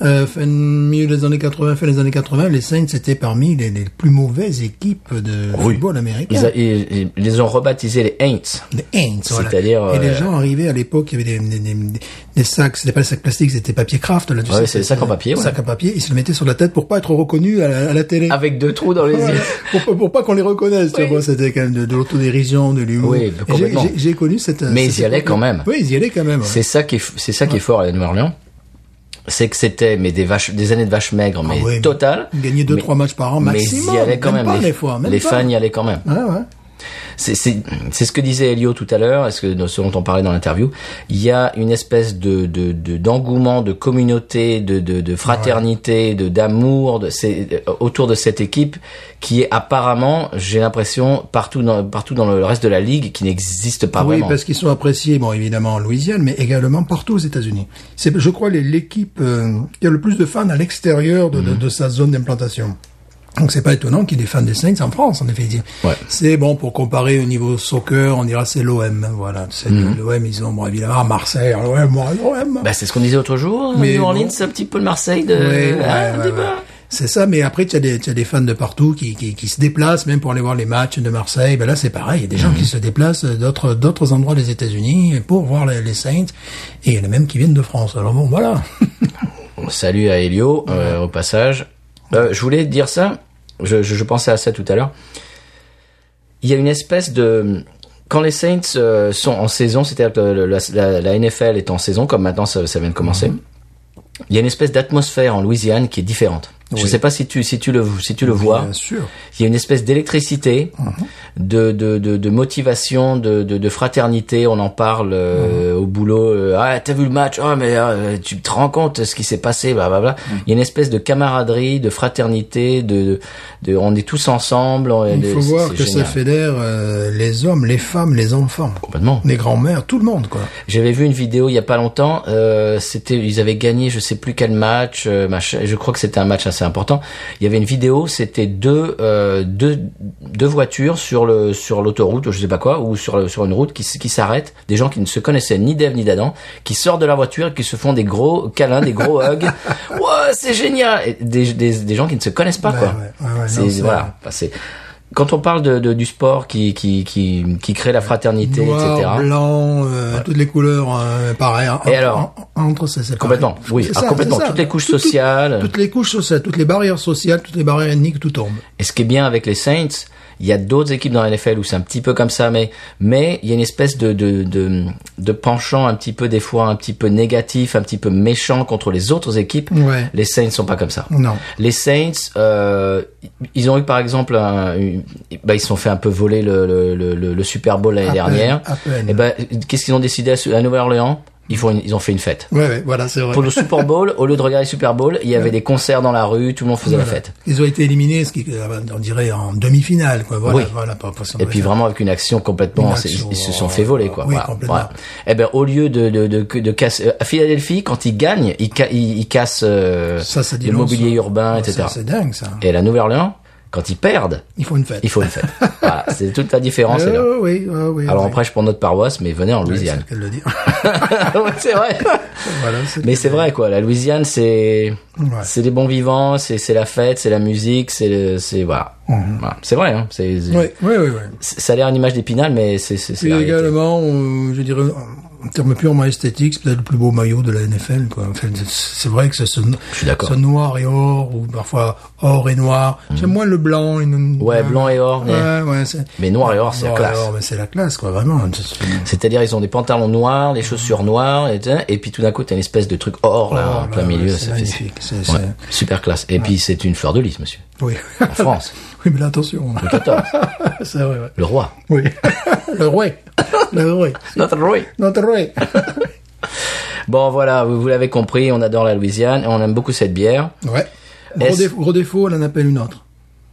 euh, fin milieu des années 80, fin des années 80, les Saints étaient parmi les, les plus mauvaises équipes de football américain. Ils, a- ils- ils- ils les ont rebaptisés les Aints. Les Aints, voilà. C'est-à-dire, Et les euh, gens arrivaient à l'époque, il y avait des, des, des, des sacs, c'était pas des sacs plastiques, c'était papier craft, là, tu Ouais, sais, euh, c'est des sacs en papier, ouais. Ah Sacs en papier, ils se le mettaient sur la tête pour pas être reconnus à la, à la télé. Avec deux trous dans les Voilà. yeux. pour, pas- pour pas qu'on les reconnaisse, tu Oui. vois, c'était quand même de, de l'autodérision, de l'humour. Oui, Et j'ai- complètement. j'ai- J'ai connu cette... Mais ils cette y allaient époque. quand même. Oui, ils y allaient quand même. ouais. C'est ça qui est, f- c'est ça qui est fort à la Nouvelle-Orléans. C'est que c'était, mais des vaches, des années de vaches maigres, mais Ah ouais, totales. mais gagner deux, Mais- trois matchs par an maximum. Mais ils y allaient quand même. Même pas les des fois, même les pas. fans y allaient quand même. Ouais, ouais. C'est c'est- c'est ce que disait Elio tout à l'heure, est-ce que ce dont on parlait dans l'interview, il y a une espèce de de- de- d'engouement, de, communauté, de, de, de fraternité, de d'amour, de c'est euh, autour de cette équipe qui est apparemment, j'ai l'impression partout dans partout dans le reste de la ligue qui n'existe pas oui, vraiment. parce qu'ils sont appréciés, bon, évidemment en Louisiane, mais également partout aux États-Unis. C'est, je crois, les- l'équipe euh, qui a le plus de fans à l'extérieur de, Mhm. de- de sa zone d'implantation. Donc c'est pas étonnant qu'il y ait des fans des Saints en France, en effet. Ouais. C'est bon pour comparer au niveau soccer, on dira c'est l'OM, voilà. C'est Mhm. l'OM, ils ont bon évidemment à Marseille, l'OM, l'OM. Bah, c'est ce qu'on disait l'autre jour, Mais New bon. Orleans, c'est un petit peu le Marseille de Ouais, ouais, Ah, un ouais, petit ouais. peu. C'est ça, mais après, tu as des, tu as des fans de partout qui, qui, qui se déplacent, même pour aller voir les matchs de Marseille. Ben là, c'est pareil. Il y a des gens Mhm. qui se déplacent d'autres, d'autres endroits des États-Unis pour voir les, les Saints. Et il y en a même qui viennent de France. Alors bon, voilà. Salut à Elio, euh, au passage. Euh, je voulais dire ça, je, je, je pensais à ça tout à l'heure. Il y a une espèce de... Quand les Saints euh, sont en saison, c'est-à-dire que le- la, la- la NFL est en saison, comme maintenant ça, ça vient de commencer, il y a une espèce d'atmosphère en Louisiane qui est différente. Je ne sais pas si tu, si tu le, si tu le vois. Bien sûr. Il y a une espèce Mhm. d'électricité, de, de, de, de motivation, de, de, de fraternité. On en parle euh, Mhm. au boulot, euh, ah t'as vu le match, oh mais euh, tu te rends compte de ce qui s'est passé, blablabla. Mhm. Il y a une espèce de camaraderie, de fraternité, de, de, de- on est tous ensemble. on- Il de- faut c'est- voir c'est que ça génial. fédère euh, les hommes, les femmes, les enfants, complètement. les grands-mères, tout le monde, quoi. J'avais vu une vidéo il y a pas longtemps. Euh, c'était, ils avaient gagné, je sais plus quel match. euh, machin, je crois que c'était un match assez important. Il y avait une vidéo. C'était deux, euh, deux, deux voitures sur le sur l'autoroute, ou je sais pas quoi, ou sur le- sur une route qui s- qui s'arrêtent. Des gens qui ne se connaissaient ni d'Ève ni d'Adam, qui sortent de la voiture, et qui se font des gros câlins, des gros hugs. Ouah, c'est génial. Et des, des des gens qui ne se connaissent pas Ouais, quoi. ouais, ouais, ouais, c'est non, c'est- voilà. Enfin, c'est- quand on parle de, de- du sport qui qui qui qui crée la fraternité, Noir, etc. blanc, euh, toutes les couleurs, euh, pareil. en- Et alors en- Entre, c'est c'est Complètement, pareil. oui, C'est ah, ça, complètement. c'est ça. Toutes les couches Tout- tout- sociales. Toutes les couches sociales, toutes les barrières sociales, toutes les barrières ethniques, tout tombe. Et ce qui est bien avec les Saints, il y a d'autres équipes dans la NFL où c'est un petit peu comme ça, mais mais il y a une espèce de de de, de penchant un petit peu des fois un petit peu négatif, un petit peu méchant contre les autres équipes. Ouais. Les Saints sont pas comme ça. Non. Les Saints, euh, ils ont eu par exemple, un, une- bah, ils se sont fait un peu voler le, le, le, le- le Super Bowl l'année À peine, dernière. à peine. Et ben, qu'est-ce qu'ils ont décidé à, à Nouvelle-Orléans Ils font, une- ils ont fait une fête. Ouais, ouais, voilà, c'est vrai. Pour le Super Bowl, au lieu de regarder le Super Bowl, il y avait des concerts dans la rue, tout le monde faisait la Voilà. fête. Ils ont été éliminés, ce qui, euh, on dirait en demi-finale, quoi. Voilà, Oui. voilà, pas- pas- Et puis vraiment avec une action complètement, Une action, euh, ils, ils se sont fait voler quoi. oui, complètement. Et ben au lieu de de de, de casser euh, à Philadelphie quand ils gagnent, ils ca- ils, ils cassent euh, Ça, ça dit le long, mobilier ça. urbain, Ça, etc. C'est dingue, ça. Et la Nouvelle-Orléans, quand ils perdent, Il faut une fête. il faut une fête. voilà, c'est toute la différence. c'est là. Euh, oui, oui, oui. Alors oui. on prêche pour notre paroisse, mais venez en Oui, c'est Louisiane. le cas de le dire. Ouais, c'est vrai. Voilà, c'est- Mais c'est vrai quoi, la Louisiane c'est Ouais. c'est des bons vivants, c'est c'est la fête, c'est la musique, c'est le- c'est voilà. Voilà. C'est vrai hein, c'est c'est- Mhm. Oui, oui, oui. oui. ça a l'air une image d'épinal mais c'est c'est c'est Puis la réalité. également, euh, je dirais, en termes purement esthétiques, c'est peut-être le plus beau maillot de la NFL. Quoi. En fait, c'est vrai que ce, ce, suis d'accord. Mm. ce noir et or, ou parfois or et noir. J'aime moins le blanc. Et, Ouais, blanc et or, mais- Ouais, ouais, c'est- Mais noir et or, c'est la Noir et classe. or, Oh, mais c'est la classe, quoi, vraiment. C'est- C'est-à-dire, ils ont des pantalons noirs, des chaussures noires, et, tout, et puis tout d'un coup, t'as une espèce de truc or, là, Or, en plein Oh, là, milieu. c'est ça fait- magnifique, c'est- ouais, c'est- super classe. Et puis, c'est une fleur de lys, monsieur. Oui. En France, oui, mais là, attention. le 14, c'est vrai, ouais. le roi. Oui. le roi. Le roi. Notre roi. Notre roi. Bon, voilà, vous, vous l'avez compris, on adore la Louisiane, et on aime beaucoup cette bière. Ouais. Gros Est-ce- défaut, gros défaut, elle en appelle une autre.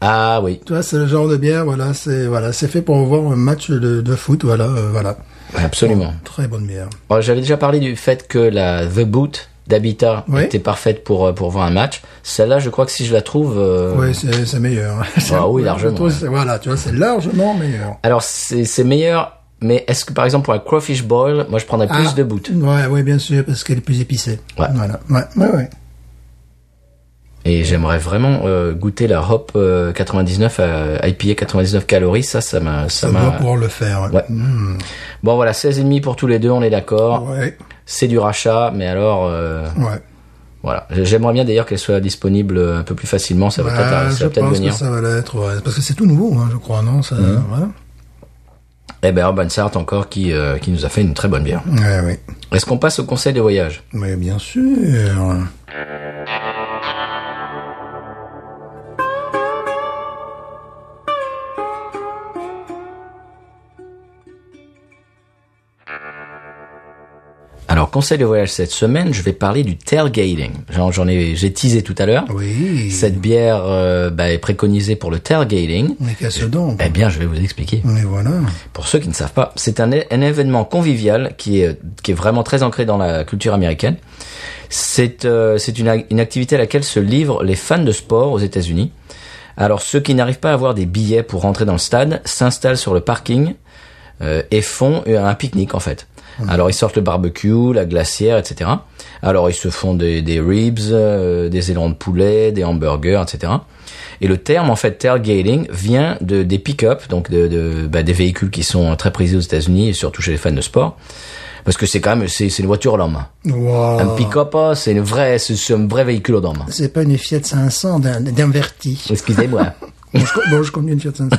Ah oui, Tu vois, c'est le genre de bière, voilà, c'est voilà, c'est fait pour voir un match de, de foot, voilà, euh, voilà. absolument. Très bonne bière. Bon, J'avais déjà parlé du fait que la The Boot d'Habitat Oui. était parfaite pour, euh, pour voir un match. Celle-là, je crois que si je la trouve... euh, Oui, c'est c'est meilleur. Ah oui, largement, Je trouve, ouais. c'est- Voilà, tu vois, c'est largement meilleur. Alors, c'est c'est meilleur, mais est-ce que, par exemple, pour un crawfish boil, moi, je prendrais plus Ah, de Boot Ouais, ouais, bien sûr, parce qu'elle est plus épicée. Ouais. Voilà. Ouais, ouais, ouais. Et j'aimerais vraiment euh, goûter la Hop euh, 99 euh, IPA 99 calories. Ça, ça m'a, ça Ça doit m'a. pouvoir le faire. Hmm. Ouais. Bon voilà, 16 et demi pour tous les deux, on est d'accord. Ouais, C'est du rachat, mais alors euh, ouais. voilà. J'aimerais bien d'ailleurs qu'elle soit disponible un peu plus facilement. Ça va Ouais, peut-être, ça va Bah, je peut-être pense venir. Mhm. que ça va l'être, ouais. Parce que c'est tout nouveau, hein, je crois, non ça, Eh ben Urban Sart encore qui euh, qui nous a fait une très bonne bière. voilà. Ouais, ouais. Est-ce qu'on passe au conseil de voyage Mais bien sûr. Alors conseil de voyage cette semaine, je vais parler du tailgating. J'en, j'en ai j'ai teasé tout à l'heure. Oui. Cette bière euh, bah, est préconisée pour le tailgating. Mais qu'est-ce donc Eh bien, je vais vous expliquer. Mais voilà. Pour ceux qui ne savent pas, c'est un, é- un événement convivial qui est, qui est vraiment très ancré dans la culture américaine. C'est euh, c'est une, ac- une activité à laquelle se livrent les fans de sport aux États-Unis. Alors ceux qui n'arrivent pas à avoir des billets pour rentrer dans le stade s'installent sur le parking euh, et font un pique-nique en fait. Alors ils sortent le barbecue, la glacière, etc. Alors ils se font des, des ribs, euh, des ailerons de poulet, des hamburgers, etc. Et le terme en fait tailgating vient de des pick-up, donc de, de- bah, des véhicules qui sont très prisés aux États-Unis et surtout chez les fans de sport, parce que c'est quand même c'est c'est une voiture l'homme. Wow. Un pick-up, hein, c'est une vraie c'est c'est un vrai véhicule l'homme. C'est pas une Fiat 500 d'un- d'un verti. Excusez-moi. Bon, je, bon, je conduis une Fiat 500.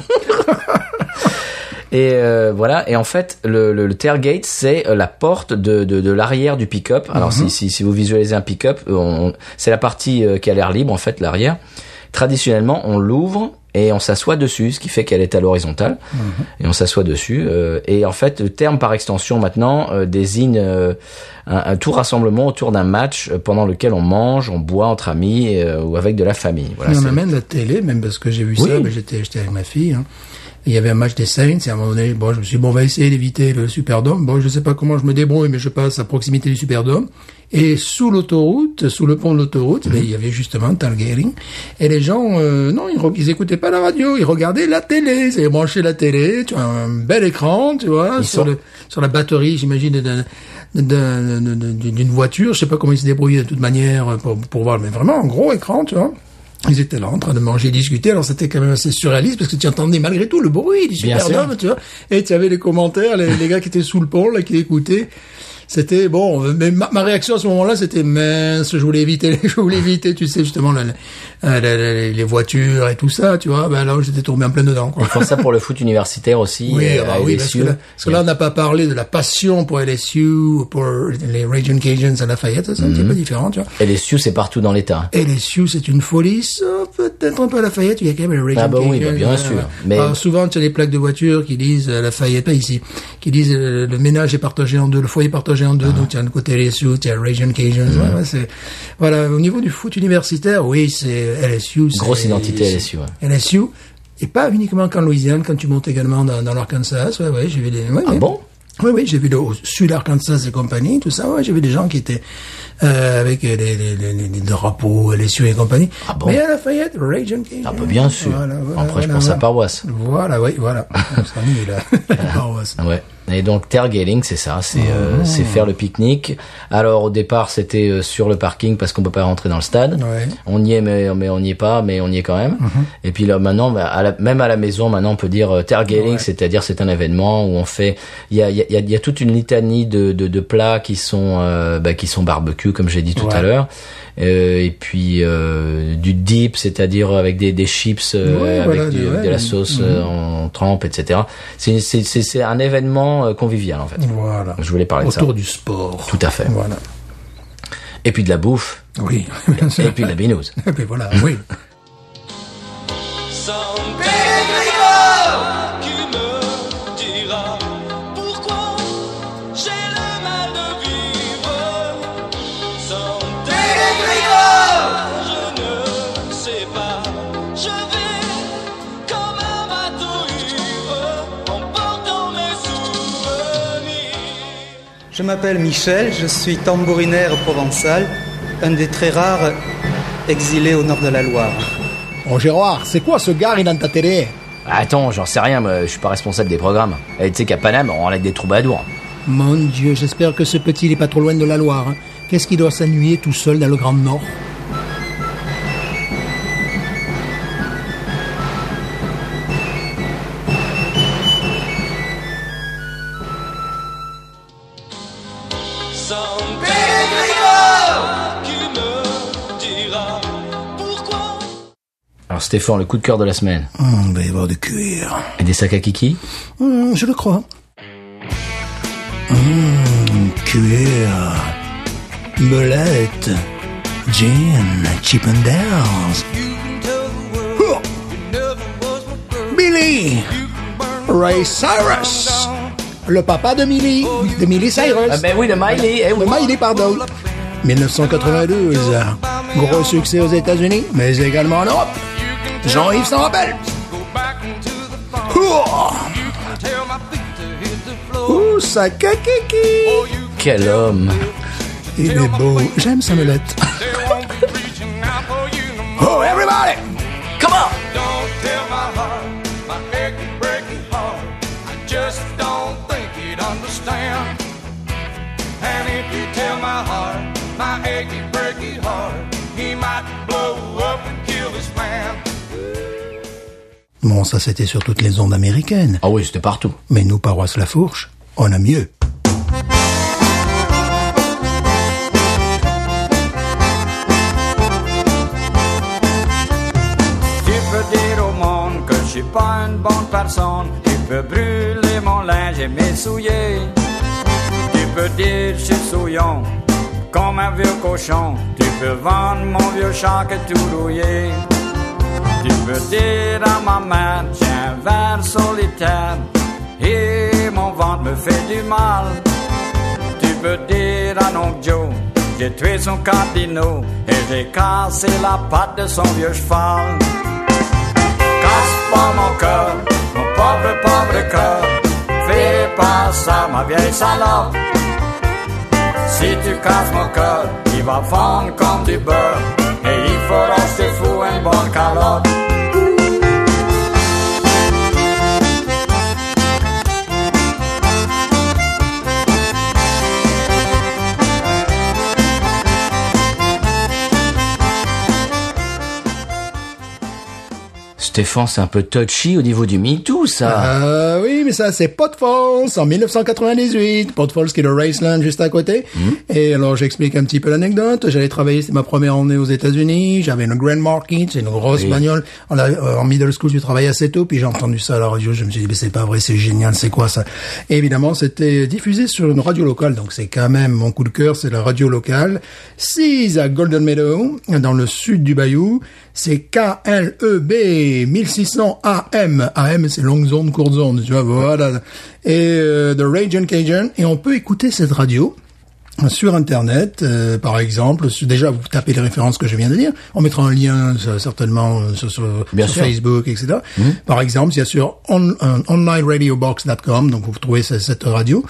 Et euh, voilà. Et en fait, le, le, le tailgate, c'est euh, la porte de, de, de l'arrière du pick-up. Alors, si, Mhm. si, si vous visualisez un euh, pick-up, on- c'est la partie euh, qui a l'air libre, en fait, l'arrière. Traditionnellement, on l'ouvre et on s'assoit dessus, ce qui fait qu'elle est à l'horizontale, Mhm. et on s'assoit dessus. euh, et en fait, le terme par extension maintenant euh, désigne euh, un, un tout rassemblement autour d'un match euh, pendant lequel on mange, on boit entre amis euh, ou avec de la famille. Voilà, Mais on c'est- amène la télé, même parce que j'ai vu Oui. ça, ben, j'étais j'étais avec ma fille. hein. Il y avait un match des Saints, et à un moment donné, bon, je me suis dit, bon, on va essayer d'éviter le Superdome. Bon, je sais pas comment je me débrouille, mais je passe à proximité du Superdome. Et sous l'autoroute, sous le pont de l'autoroute, ben, il y avait justement Talgaring. Et les gens, euh, non, ils, re- ils écoutaient pas la radio, ils regardaient la télé. Ils avaient branché la télé, tu vois, un bel écran, tu vois, sur, sont- le- sur la batterie, j'imagine, d'un- d'un- d'un- d'une voiture. Je sais pas comment ils se débrouillaient de toute manière euh, pour, pour voir, mais vraiment un gros écran, tu vois. Ils étaient là en train de manger, discuter. Alors c'était quand même assez surréaliste parce que tu entendais malgré tout le bruit du Bien Superdome, tu vois. Et tu avais les commentaires, les, les gars qui étaient sous le pont, là, qui écoutaient. C'était bon, euh, mais ma, ma réaction à ce moment-là, c'était mince, je voulais éviter, les- je voulais éviter, tu sais justement la- la- euh, la- la- les, voitures et tout ça, tu vois. Ben là, j'étais tombé en plein dedans. Quoi. Ils font ça pour le foot universitaire aussi. Oui, euh, ah bah avec oui, des parce, que cieux. là, parce que là, on n'a pas parlé de la passion pour LSU, pour les Raging Cajuns à Lafayette, ça, c'est Mm-hmm. un petit peu différent, tu vois. Et les Sioux, c'est partout dans l'État. Et les Sioux, c'est une folie, sauf peut-être un peu à Lafayette, il y a quand même les Raging Ah bah oui, Cajuns, bah bien euh, sûr, ouais. mais- Alors, souvent, tu as des plaques de voitures qui disent, euh, Lafayette, pas ici, qui disent, euh, le ménage est partagé en deux, le foyer est partagé en deux, Ah. donc tu as d'un côté les Sioux, tu as Raging Cajuns, ouais, ouais, c'est, voilà, au niveau du foot universitaire, oui, c'est LSU, c'est- Grosse identité LSU. ouais. LSU. Et pas uniquement qu'en Louisiane, quand tu montes également dans, dans l'Arkansas. Ouais, ouais, j'ai vu des. ouais, Ah ouais. bon Oui, oui, j'ai vu le, au sud Arkansas et compagnie, tout ça. Ouais, j'ai vu des gens qui étaient euh, avec les, les, les, les- les drapeaux, les cieux et compagnie. Ah bon Mais à Lafayette, Raging Cajun. Ah bah bien sûr. Voilà, voilà, Après, je voilà, pense à voilà. paroisse. Voilà, oui, voilà. On s'en est, là. La paroisse. Ouais. Et donc tailgating, c'est ça, c'est euh, c'est Ah. faire le pique-nique. Alors au départ, c'était euh, sur le parking parce qu'on peut pas rentrer dans le stade. Ouais. On y est, mais, mais on n'y est pas, mais on y est quand même. Mhm. Et puis là maintenant, bah, à la- même à la maison, maintenant on peut dire euh, tailgating, c'est-à-dire c'est un événement où on fait. Il y a, il y, a, il y a- il y a toute une litanie de, de, de plats qui sont euh, bah, qui sont barbecue, comme j'ai dit tout à Ouais. l'heure. Euh, et puis euh, du dip, c'est-à-dire avec des, des chips, euh, Ouais, avec voilà, du- ouais. Mhm. de la sauce euh, en trempe, etc. C'est- C'est c'est- c'est un événement euh, convivial en fait. Voilà. Je voulais parler Autour de du sport. Tout à fait. Voilà. ça. Et puis de la bouffe, Oui, bien sûr. et puis de la binouse. Et puis voilà, oui. Some bégrillard qui me dira pourquoi j'ai le mal de vivre. Sans dégringolade, je ne sais pas. Je vais comme un bateau ivre en portant mes souvenirs. Je m'appelle Michel, je suis tambourinaire provençal, un des très rares exilés au nord de la Loire. Oh Gérard, c'est quoi ce gars dans ta télé Bah, Attends, j'en sais rien, moi, je suis pas responsable des programmes. Et tu sais qu'à Paname, on enlève des troubadours. Mon Dieu, j'espère que ce petit n'est pas trop loin de la Loire. hein. Qu'est-ce qu'il doit s'ennuyer tout seul dans le Grand Nord Sans bégrillard qui me dira pourquoi. Alors Stéphane, le coup de cœur de la semaine. Hum, il va y avoir du cuir. Et des sacs à kiki Hum, je le crois. Hum, cuir. Belette. Jean. Chip and Dale's. Oh. Billy. Ray Cyrus. Le papa de Millie. De Millie Cyrus. Ah ben oui, de Miley, eh oui. Le Miley, pardon. 1992. Gros succès aux États-Unis, mais également en Europe. Jean-Yves s'en rappelle. Ouh, Ouh, Saka Kiki. Quel homme Il est beau. J'aime sa melette. oh, everybody! Come on Don't tell my heart, my aching, breaking heart. I just don't think he'd understand. And if you tell my heart, my aching, breaking heart, he might blow up and kill his man. Bon, ça c'était sur toutes les ondes américaines. Ah oui, c'était partout. Mais nous, paroisse La Fourche, on a mieux. Tu peux dire au monde que je suis pas une bonne personne. Tu peux brûler mon linge et mes souliers. Tu peux dire je suis souillon, comme un vieux cochon. Tu peux vendre mon vieux chat qui est tout rouillé. Tu peux dire à ma main, tiens, verre solitaire, et mon ventre me fait du mal. Tu peux dire à Oncle Joe, j'ai tué son cardinal, et j'ai cassé la patte de son vieux cheval. Casse pas mon cœur, mon pauvre, pauvre cœur, fais pas ça, ma vieille salope. Si tu casses mon cœur, il va fondre comme du beurre. Et il faut rester fou un bon calotte. Stéphane, c'est un peu touchy au niveau du MeToo, ça. Euh, oui, mais ça, c'est Pot Falls en 1998. Pot Falls qui est le Raceland juste à côté. Et alors, j'explique un petit peu l'anecdote. J'allais travailler, c'était ma première année aux États-Unis. J'avais une Grand Market, c'est une grosse bagnole. On a- euh, en middle school, j'ai travaillé assez tôt, puis j'ai entendu ça à la radio. Je me suis dit, mais c'est pas vrai, c'est génial, c'est quoi ça Et évidemment, c'était diffusé sur une radio locale, donc c'est quand même mon coup de cœur, c'est la radio locale. 6 à Golden Meadow, dans le sud du Bayou. C'est E KLEB 1600 AM. AM, c'est longue zone, courte zone, tu vois, voilà. Et euh, The Rage and Cajun. Et on peut écouter cette radio sur Internet, euh, par exemple. Sur- Déjà, vous tapez les références que je viens de dire. On mettra un lien euh, certainement euh, sur, sur- Bien sur sûr. Mhm. Facebook, etc. Par exemple, il y a sur on, euh, onlineradiobox.com, donc vous trouvez ce- cette radio.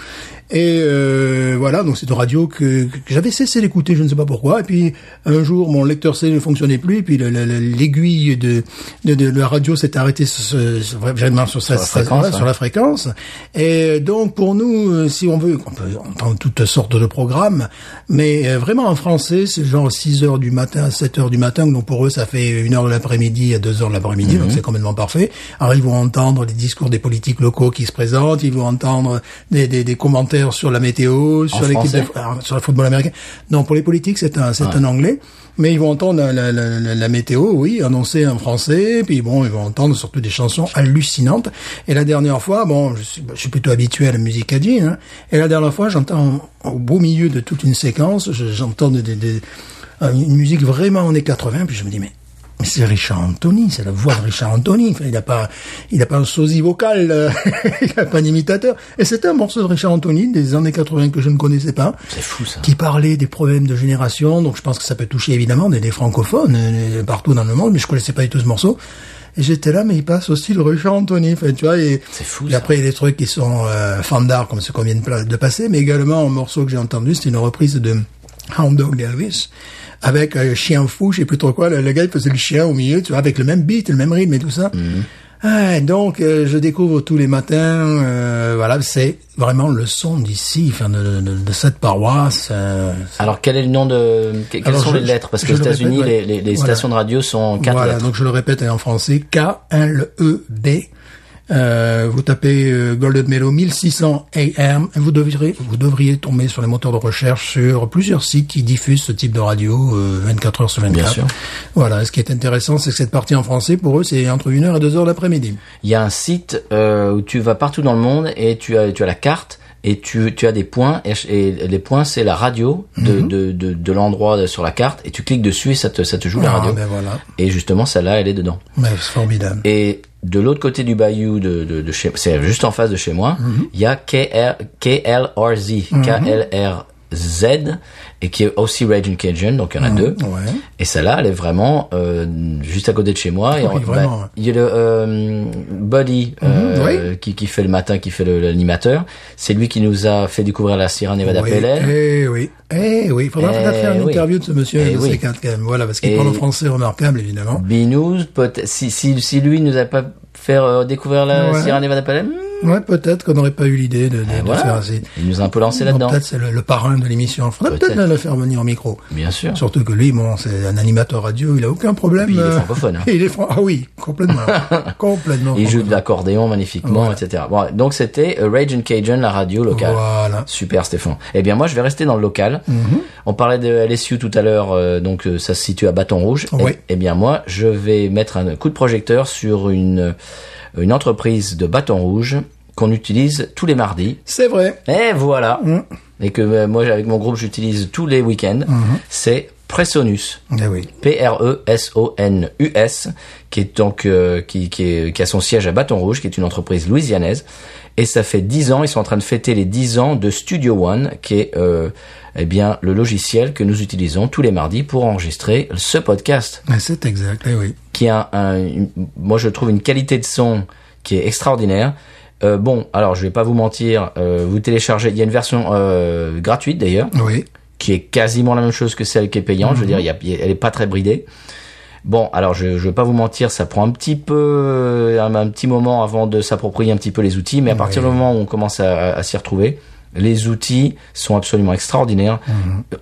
Et euh, voilà, donc c'est une radio que, que j'avais cessé d'écouter, je ne sais pas pourquoi. Et puis un jour, mon lecteur C ne fonctionnait plus, et puis le- le- le- l'aiguille de, de, de la radio s'est arrêtée sur, ce- sur- vraiment sur, sa- la sa- fréquence, ouais, sur ouais. la fréquence. Et donc pour nous, euh, si on veut, on peut entendre toutes sortes de programmes, mais euh, vraiment en français, c'est genre 6 heures du matin à 7 heures du matin, donc pour eux ça fait 1 heure de l'après-midi à 2 heures de l'après-midi, Mhm. donc c'est complètement parfait. Alors ils vont entendre les discours des politiques locaux qui se présentent, ils vont entendre des, des, des commentaires sur la météo, sur l'équipe de, français alors, sur le football américain. Non, pour les politiques, c'est un, c'est un anglais. Mais ils vont entendre la, la- la- la- la météo, oui, annoncée en français. Puis bon, ils vont entendre surtout des chansons hallucinantes. Et la dernière fois, bon, je suis, je suis plutôt habitué à la musique indie. Hein, et la dernière fois, j'entends au beau milieu de toute une séquence, je- j'entends des, des- des- une musique vraiment années 80. Puis je me dis, mais mais c'est Richard Anthony, c'est la voix de Richard Anthony. Enfin, il n'a pas, il a pas un sosie vocal, euh, il n'a pas d'imitateur. Et c'était un morceau de Richard Anthony des années 80 que je ne connaissais pas. C'est fou, ça. Qui parlait des problèmes de génération. Donc je pense que ça peut toucher évidemment des, des francophones euh, partout dans le monde, mais je connaissais pas du tout ce morceau. Et j'étais là, mais il passe aussi le Richard Anthony. Enfin, tu vois, et, C'est fou, et ça. après, il y a des trucs qui sont euh, d'art comme ce qu'on vient de, pla- de passer, mais également un morceau que j'ai entendu, c'est une reprise de Hound Dog d'Elvis, avec euh, Chien Fou, je sais plus trop quoi, le, le gars il faisait le chien au milieu, tu vois, avec le même beat, le même rythme et tout ça. Ah, donc, euh, je découvre tous les matins, euh, voilà, c'est vraiment le son d'ici, enfin, de, de- de cette paroisse. euh, Alors, quel est le nom de... que- Quelles Alors, sont je- les lettres Parce que je aux le répète, États-Unis, ouais. les, les- les Voilà. stations de radio sont quatre voilà, lettres. donc je le répète en français, K-L-E-B. Euh, vous tapez euh, Golden Mellow 1600 AM, et vous devriez, vous devriez tomber sur les moteurs de recherche sur plusieurs sites qui diffusent ce type de radio euh, 24 heures sur 24. Bien sûr. Voilà, ce qui est intéressant, c'est que cette partie en français, pour eux, c'est entre 1h et 2h l'après-midi. Il y a un site euh, où tu vas partout dans le monde et tu as, tu as la carte et tu, tu as des points. Et, ch- et les points, c'est la radio de, Mhm. de, de, de l'endroit sur la carte. Et tu cliques dessus et ça te, ça te joue la Ah, radio. ben voilà. Et justement, celle-là, elle est dedans. Mais c'est formidable. Et de l'autre côté du bayou, de, de, de chez, c'est juste en face de chez moi, Mhm. il y a KR, KLRZ, KLRZ, et qui est aussi Raging Cajun, donc Mhm. il y en a deux. Ouais. Et celle-là, elle est vraiment euh, juste à côté de chez moi. Et Ah bah, Oui, vraiment, ouais. Mhm, il y a le euh, Buddy euh, oui. qui, qui fait le matin, qui fait le- l'animateur. C'est lui qui nous a fait découvrir la Sierra Nevada oui, Pellet. eh oui, eh oui. Il faudra Eh peut-être faire une oui. interview de ce monsieur Eh de oui. ces quatre, quand même. Voilà, parce qu'il Et- parle un français remarquable, évidemment. Binous, peut si, si, si lui nous a pas fait euh, découvrir la Ouais. Sierra Nevada Pellet, hmm, Ouais, peut-être qu'on n'aurait pas eu l'idée de, de, de Eh, voilà. faire assez. il nous a un peu lancé Non, là-dedans. Peut-être c'est le, le parrain de l'émission. Faudrait Peut-être. peut-être le faire venir au micro. Bien sûr. Surtout que lui, bon, c'est un animateur radio, il a aucun problème. Puis il est euh, francophone, hein. il est fran- Ah oui, complètement. complètement. Il joue de francophone. l'accordéon magnifiquement, Voilà. etc. Bon, donc c'était euh, Rage and Cajun, la radio locale. Voilà. Mhm. Super Stéphane. Eh bien moi je vais rester dans le local. On parlait de LSU tout à l'heure, euh, donc euh, ça se situe à Bâton Rouge. Oui. Eh, eh bien moi je vais mettre un coup de projecteur sur une, euh, une entreprise de Bâton Rouge qu'on utilise tous les mardis. C'est vrai. Mm. Mhm. Et voilà. Et que euh, moi, avec mon groupe, j'utilise tous les week-ends. C'est Presonus. Ah oui. E P-R-E-S-O-N-U-S, qui est donc euh, qui, qui, est- qui a son siège à Baton Rouge, qui est une entreprise louisianaise. Et ça fait 10 ans, ils sont en train de fêter les 10 ans de Studio One, qui est euh, eh bien le logiciel que nous utilisons tous les mardis pour enregistrer ce podcast, Ah, C'est exact, eh oui. qui a, un, une- moi je trouve une qualité de son qui est extraordinaire. Euh, bon, alors je vais pas vous mentir, euh, vous téléchargez, il y a une version euh, gratuite d'ailleurs Oui. qui est quasiment la même chose que celle qui est payante. Je veux dire, il y a- il y a- elle est pas très bridée. Bon, alors je, je vais pas vous mentir, ça prend un petit peu, euh, un, un petit moment avant de s'approprier un petit peu les outils, mais à partir du moment où on commence à, à s'y retrouver, les outils sont absolument extraordinaires.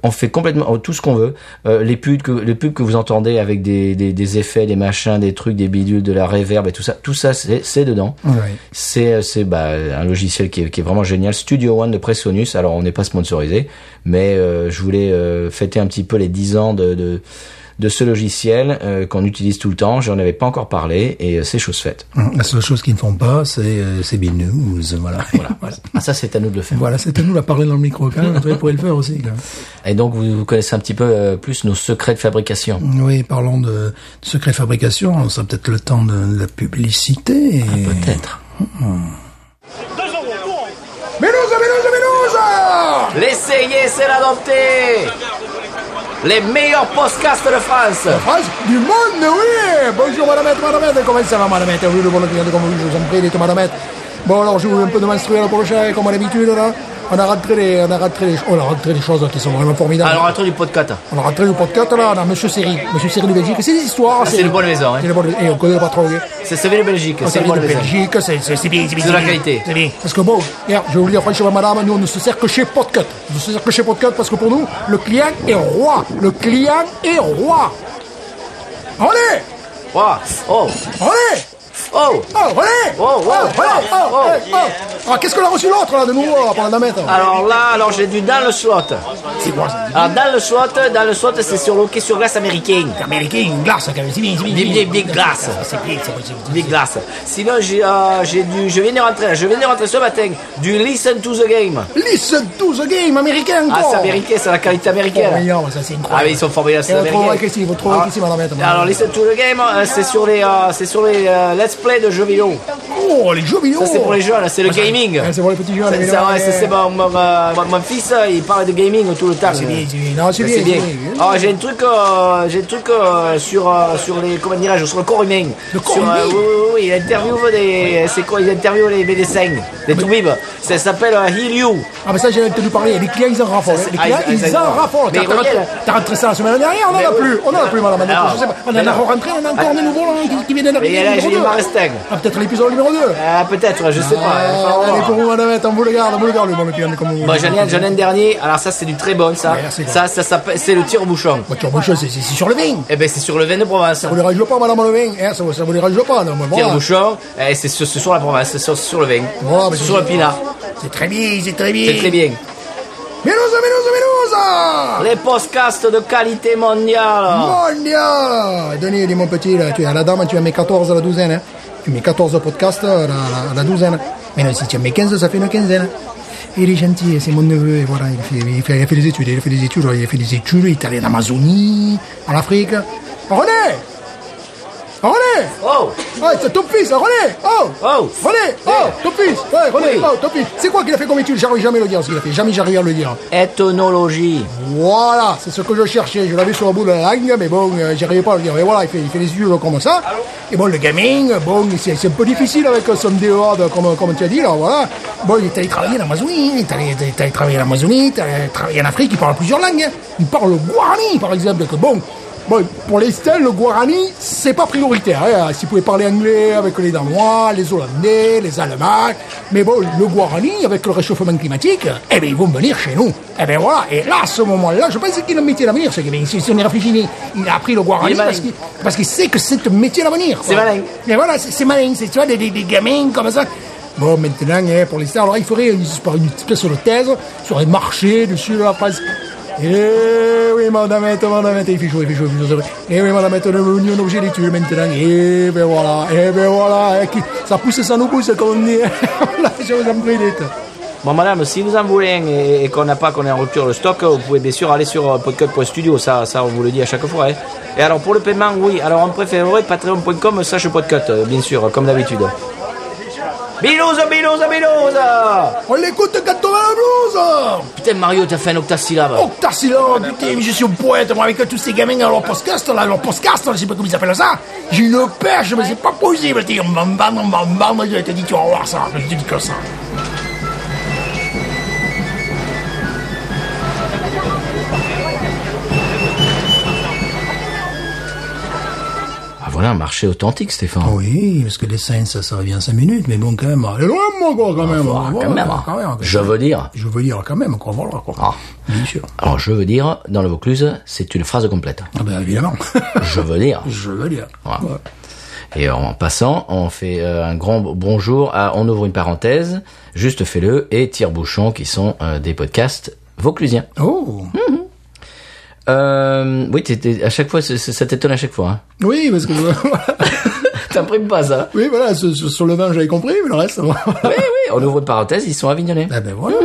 On fait complètement tout ce qu'on veut. Euh, les pubs que les pubs que vous entendez avec des, des, des effets, des machins, des trucs, des bidules, de la réverb et tout ça, tout ça c'est c'est dedans. Oui. C'est c'est bah, un logiciel qui est, qui est vraiment génial, Studio One de Presonus. Alors on n'est pas sponsorisé, mais euh, je voulais euh, fêter un petit peu les 10 ans de de, de ce logiciel euh, qu'on utilise tout le temps. J'en avais pas encore parlé et euh, c'est chose faite. Hum, La seule chose qu'ils ne font pas, c'est euh, c'est Bill News. Voilà. Voilà, Ah, ça c'est à nous de le faire. Voilà, c'était nous la parler dans le micro quand même. Toi, tu pourrais le faire aussi. Quand Et donc vous, vous connaissez un petit peu euh, plus nos secrets de fabrication. même. Oui, parlons de, de secret fabrication. Ça peut-être le temps de, la publicité. Ah, Peut-être. Medusa, Medusa, Medusa! L'essayer, c'est l'adopter. Les meilleurs podcasts de France. France du monde, oui! Bonjour Madame, Madame, comment ça va Madame Oui, le bon client, comment vous, je vous en prie, dites Madame. Bon alors, je vais un peu de m'instruire le prochain, comme à l'habitude là. On a rentré les, on a rentré les, oh, on a rentré les choses hein, qui sont vraiment formidables. Alors un truc du podcast. on a rentré le podcast là, on a Monsieur Seri, Monsieur Seri de Belgique. C'est des histoires. c'est le bon de maison, hein. C'est le bon de- Et on connaît pas trop. hein. C'est celui de Belgique. On C'est le connaît bon de de maison. Belgique, c'est c'est- c'est bien, c'est bien. C'est de la c'est bien, qualité. C'est bien. Parce que bon, regarde, je vais vous dire franchement, madame, nous on ne se sert que chez Podcut. On ne se sert que chez Podcut parce que pour nous, le client est roi. Le client est roi. Allez Ouah. Oh, Allez oh. Oh, René Oh, oh, René oh, oh, oh. hey, oh. Ah, qu'est-ce qu'on a reçu l'autre, là, de nouveau, là, pour la damette là Alors là, alors j'ai du dans le slot. C'est quoi, ça Alors dans le slot, dans le slot, c'est sur l'hockey sur glace américaine. Américain, une glace, quand même, c'est bien, c'est bien. Des- des- des glaces. C'est bien, c'est possible. Big glace. Sinon, j'ai, euh, j'ai du, je viens de rentrer, je viens de rentrer ce matin du Listen to the Game. Listen to the game, américain, Ah, encore c'est américain, c'est la qualité américaine. Formidable, ça, c'est Ah, incroyable. mais ils sont formidables, Oh, Et c'est vous trouverez américain. Ah. qu'ici, vous trouverez qu'ici, madame, madame. Alors, Listen to the Game, euh, c'est sur les, euh, c'est sur les euh, let's play de jeux vidéo. Oh, les jeux vidéo Ça, c'est pour les jeunes, c'est le gaming. Ouais, euh, c'est pour les petits jeunes, C'est- c'est- les vidéos, ouais, c'est- ouais. c'est mon, mon, euh, mon- mon fils, euh, il parle de gaming tout le temps. C'est bien, Ah, c'est bien. Non, c'est Ouais, bien, C'est bien. Ah, Ah, j'ai un truc, euh, j'ai un truc euh, sur, euh, sur les, comment dirais-je, sur le corps humain. Le corps Sur, euh, humain oui, oui, oui, il interviewe des, c'est quoi, il interviewe les médecins, les toubibs. Ça s'appelle euh, Heal You. Ah, mais ça, j'ai entendu parler. Les clients, ils en raffolent. Ça, c'est- Les clients, ah, ils- ils ils en- en raffolent. Mais T'as- t'as- Royal- T'as rentré ça la semaine dernière, on en a Mais- plus. On en a plus, madame. madame, Alors, je sais pas. On mais en a non. rentré, on en a encore des nouveaux, là, qui- qui viennent Mais il y d'arriver. a la numéro Julie deux. Maresting. Ah, peut-être l'épisode numéro 2. Ah, peut-être, je sais pas. il va falloir Ah, Allez, voir. Euh, pour vous, madame, on vous le garde, on vous le garde, le bon, le client, comme vous Bon, j'en ai, un- j'en ai un dernier. Alors ça, c'est du très bon, ça. Merci, gars. Ça, ça s'appelle, c'est le tir au bouchon. Bah, tiens, bon, chose, c'est c'est- c'est sur le vin. Eh ben, c'est sur le vin de Provence. Ça vous dérange pas, madame, le vin. hein, Ça vous- ça vous dérange pas, non, mais Tir au voilà. bouchon, eh, c'est sur, c'est sur la Provence, c'est sur, sur le vin, Voilà, mais C'est sur le c'est- pinard. C'est très bien, c'est très bien. C'est très bien. Menusa, menusa, menusa Les podcasts de qualité mondiale. Mon Dieu Denis, dis mon petit, là, tu es à la dame, tu as mes 14 à la douzaine. Hein. Tu mets 14 podcasts à la, à la douzaine. Mais non, si tu en mets 15, ça fait une quinzaine. Il est gentil, hein, c'est mon neveu, et voilà, il fait, il, fait, il a fait des études, il a fait des études, il a fait des études, il est allé en Amazonie, en Afrique. Oh, René René Oh, Ah, c'est ton fils, hein, René Oh Oh René Oh Ton fils Ouais, René Oui. Oh, ton fils C'est quoi qu'il a fait comme étude J'arrive jamais à le dire ce qu'il a fait, jamais j'arrive à le dire. ethnologie. Voilà, c'est ce que je cherchais. Je l'avais sur le bout de la langue, mais bon, euh, j'arrivais pas à le dire. Et voilà, il fait, il fait les yeux comme ça. Et bon, le gaming, bon, c'est c'est un peu difficile avec euh, son DEA, de- comme, comme tu as dit, là, voilà. Bon, il est allé travailler en Amazonie, il est allé, il est allé travailler en Amazonie, il est allé travailler en Afrique, il parle plusieurs langues. hein. Il parle le guarani, par exemple. que bon, bon pour l'instant, le guarani, c'est pas prioritaire. Hein. S'il pouvait parler anglais avec les Danois, les Hollandais, les Allemands, mais bon, le guarani, avec le réchauffement climatique, eh bien, ils vont venir chez nous. Eh bien, voilà. Et là, à ce moment-là, je pense qu'il a un métier d'avenir, ce gaming. Si si on y réfléchit, il a appris le guarani Il est parce malin. qu'il parce qu'il sait que c'est un métier d'avenir. C'est voilà. malin. Mais voilà, c'est c'est malin. C'est, tu vois, des, des, des gamins comme ça. Bon, maintenant, hein, pour l'instant, alors il faudrait une, une espèce de thèse sur les marchés du sud de la France. Eh oui, madame, madame, il fait chaud, il fait chaud, il fait chaud. Eh oui, madame, on est revenu un objet d'étude maintenant. Eh ben voilà, eh ben voilà. eh, qui- ça pousse, ça nous pousse, comme on dit. voilà, je vous en prie, dites. Bon, madame, si vous en voulez un et, et qu'on n'a pas, qu'on est en rupture de stock, vous pouvez bien sûr aller sur euh, podcut.studio, ça, ça, on vous le dit à chaque fois. hein. Et alors, pour le paiement, oui, alors on préférerait patreon.com slash podcut, euh, bien sûr, comme d'habitude. Binouze, binouze, binouze On l'écoute quand on va à la blouse Putain, Mario, t'as fait un octasyllabe. Oh, putain, c'est là, putain, mais je suis au poète, moi, avec tous ces gamins dans leur podcast, là, leur podcast, là, je sais pas comment ils appellent ça. J'ai une pêche, mais c'est pas possible, tu sais, on m'en bande, on m'en bande, je te dis, tu vas voir ça, je te dis que ça. Ah, voilà un marché authentique, Stéphane. Ah Oui, parce que les Saints, ça, ça revient 5 minutes, mais bon, quand même, allez loin, moi, quoi, Ah, quand même. Voilà, voilà, quand même. hein. quand même. Je veux dire. Je veux dire, quand même, quoi, voilà, quoi. Ah. Bien sûr. Alors, je veux dire, dans le Vaucluse, c'est une phrase complète. Ah, ben, évidemment. Je veux dire. je veux dire. Voilà. Ouais. Et en passant, on fait euh, un grand bonjour à On ouvre une parenthèse, Juste fais-le et Tire-Bouchon qui sont euh, des podcasts vauclusiens. Oh. Euh, oui, t'étais- à chaque fois, c'est- c'est- ça t'étonne à chaque fois. Hein. Oui, parce que, voilà. T'imprimes pas ça. oui, voilà, sur, sur- sur le vin, j'avais compris, mais le reste, voilà. Oui, oui, on ouvre une parenthèse, ils sont avignonnais. Ah, ben, voilà.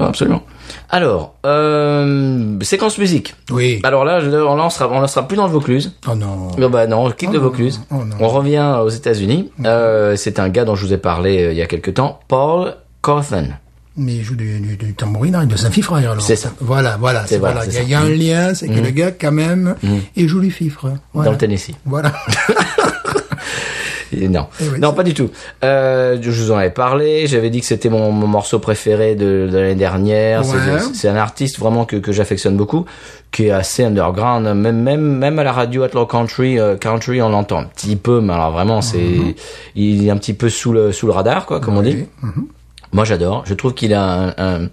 Absolument. Alors, euh, séquence musique. Oui. Alors là, je- on ne sera, on en sera plus dans le Vaucluse. Oh non. Non, bah non, on quitte le non, Vaucluse. oh non. Mm. on revient aux États-Unis. Euh, c'est un gars dont je vous ai parlé euh, il y a quelque temps, Paul Cawthon. Mais il joue du, du, du tambourine, hein, de saint fifre alors. C'est ça. Voilà, voilà. C'est C'est voilà, voilà. Il y, c'est Mmh. a- il y a un lien, c'est que le gars, quand même, il joue du fifre. Voilà. Dans le Tennessee. Voilà. Et Non, Eh oui, non, c'est- pas du tout. Euh, je vous en avais parlé. J'avais dit que c'était mon, mon morceau préféré de, de l'année dernière. C'est- Ouais. C'est un artiste vraiment que, que j'affectionne beaucoup, qui est assez underground. Même même même à la radio Outlaw Country, euh, Country, on l'entend un petit peu, mais alors vraiment, c'est Mhm. il est un petit peu sous le sous le radar, quoi, comme on dit. Moi, j'adore. Je trouve qu'il a un, un-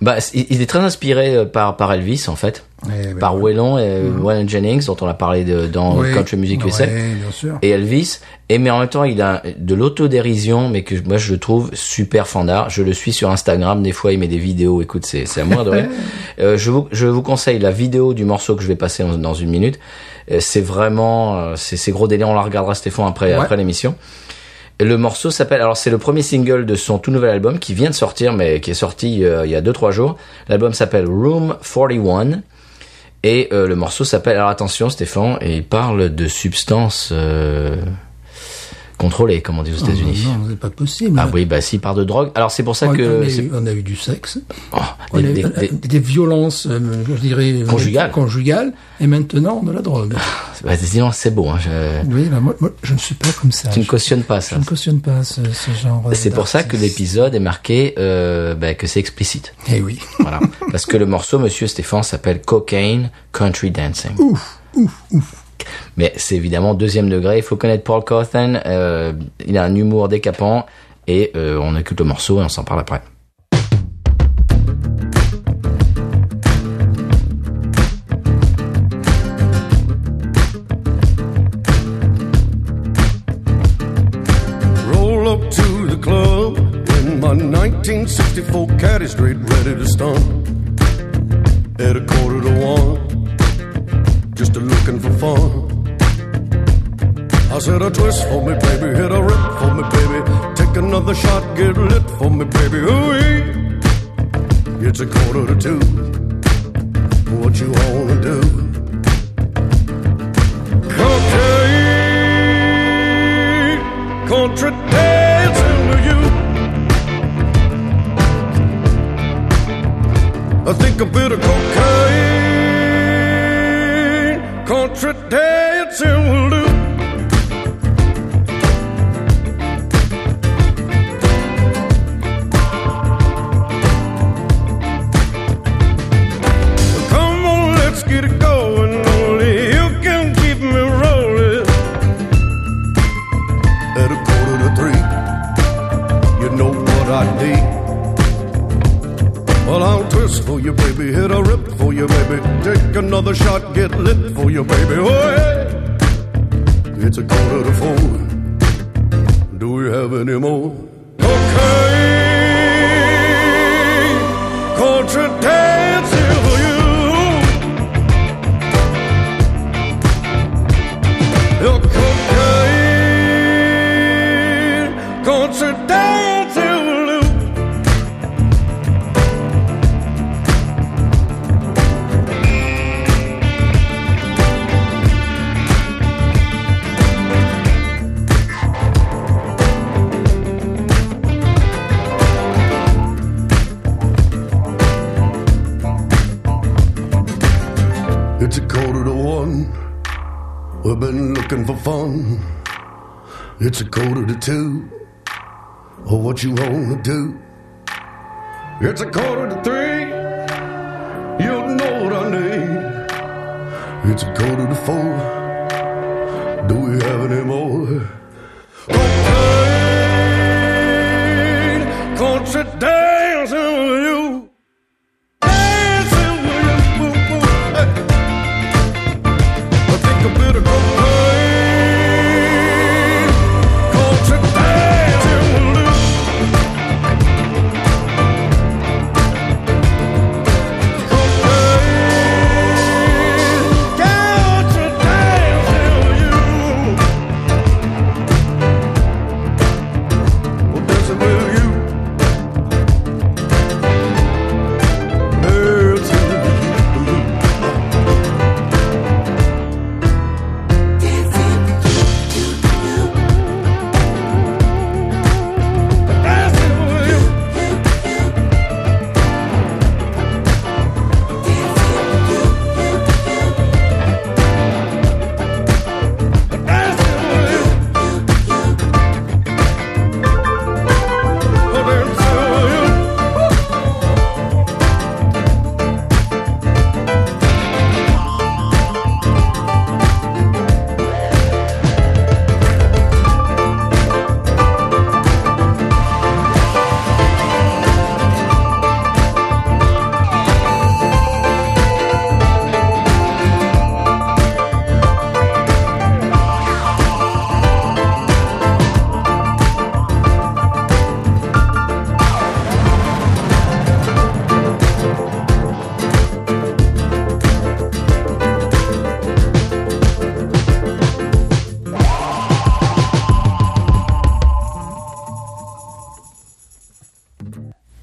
bah, c- il il est très inspiré euh, par par Elvis en fait, Eh ben, par Waylon et Waylon Jennings dont on a parlé de- dans Oui. Country Music Ouais, USA bien sûr. et Elvis. Et mais en même temps, il a de l'autodérision, mais que moi je le trouve super fandard. Je le suis sur Instagram. Des fois, il met des vidéos. Écoute, c'est c'est à moi de rire. Euh, je vous je vous conseille la vidéo du morceau que je vais passer en- dans une minute. Euh, C'est vraiment euh, c'est c'est gros délai. On la regardera Stéphane après Ouais. après l'émission. Et Le morceau s'appelle alors c'est le premier single de son tout nouvel album qui vient de sortir mais qui est sorti euh, il y a 2-3 jours. L'album s'appelle Room 41 et euh, le morceau s'appelle alors attention Stéphane et il parle de substances euh, contrôlées comme on dit aux États-Unis. Ah, Non, c'est pas possible. Ah oui bah si il parle de drogue alors c'est pour ça On, on que a c'est- eu, on a eu du sexe, oh, on des- a eu, des- euh, des- des, violences, euh, je dirais euh, Conjugales. conjugales, et maintenant de la drogue. bah, dis donc, c'est beau hein, je- oui, bah, moi, moi, je ne suis pas comme ça. tu ne Je- cautionnes pas je ça. ne cautionne pas ce, ce genre. C'est pour ça que d'artiste. l'épisode est marqué euh, bah, que c'est explicite. Eh oui. Voilà. Parce que le morceau, monsieur Stéphane, s'appelle Cocaine Country Dancing. Ouf, ouf, ouf. Mais c'est évidemment deuxième degré. Il faut connaître Paul Cawthon. euh, il a un humour décapant. Et euh, on écoute le morceau et on s'en parle après. Roll up to the club in my 1964 caddy straight ready to stomp. At a quarter to one, just a looking for fun. I said a twist for me, baby, hit a rip for me, baby. Take another shot, get lit for me, baby. Ooh, it's a quarter to two. What you wanna do? Cocaine country dancing with you. I think a bit of cocaine, country dancing will do. Come on, let's get it going. Only you can keep me rolling at a quarter to three. You know what I need. Well, I'll twist for you, baby. Hit a rip for you, baby. Take another shot, get lit for you, baby. Oh, yeah. It's a quarter to four. Do we have any more? Okay. Contra dancing for you. Your cocaine, country dancing will do. I've been looking for fun. It's a quarter to two. Or what you wanna do? It's a quarter to three. You'll know what I need. It's a quarter to four. Do we have any more? Cocaine, country dancing with you. Dancing with you, boo boo. Hey. I think a bit of cocaine, country dancing with you. Cocaine, country dancing with you. Well, dancing with you. Dancing with you. Dancing with you. Dancing with you. Oh, dancing with you.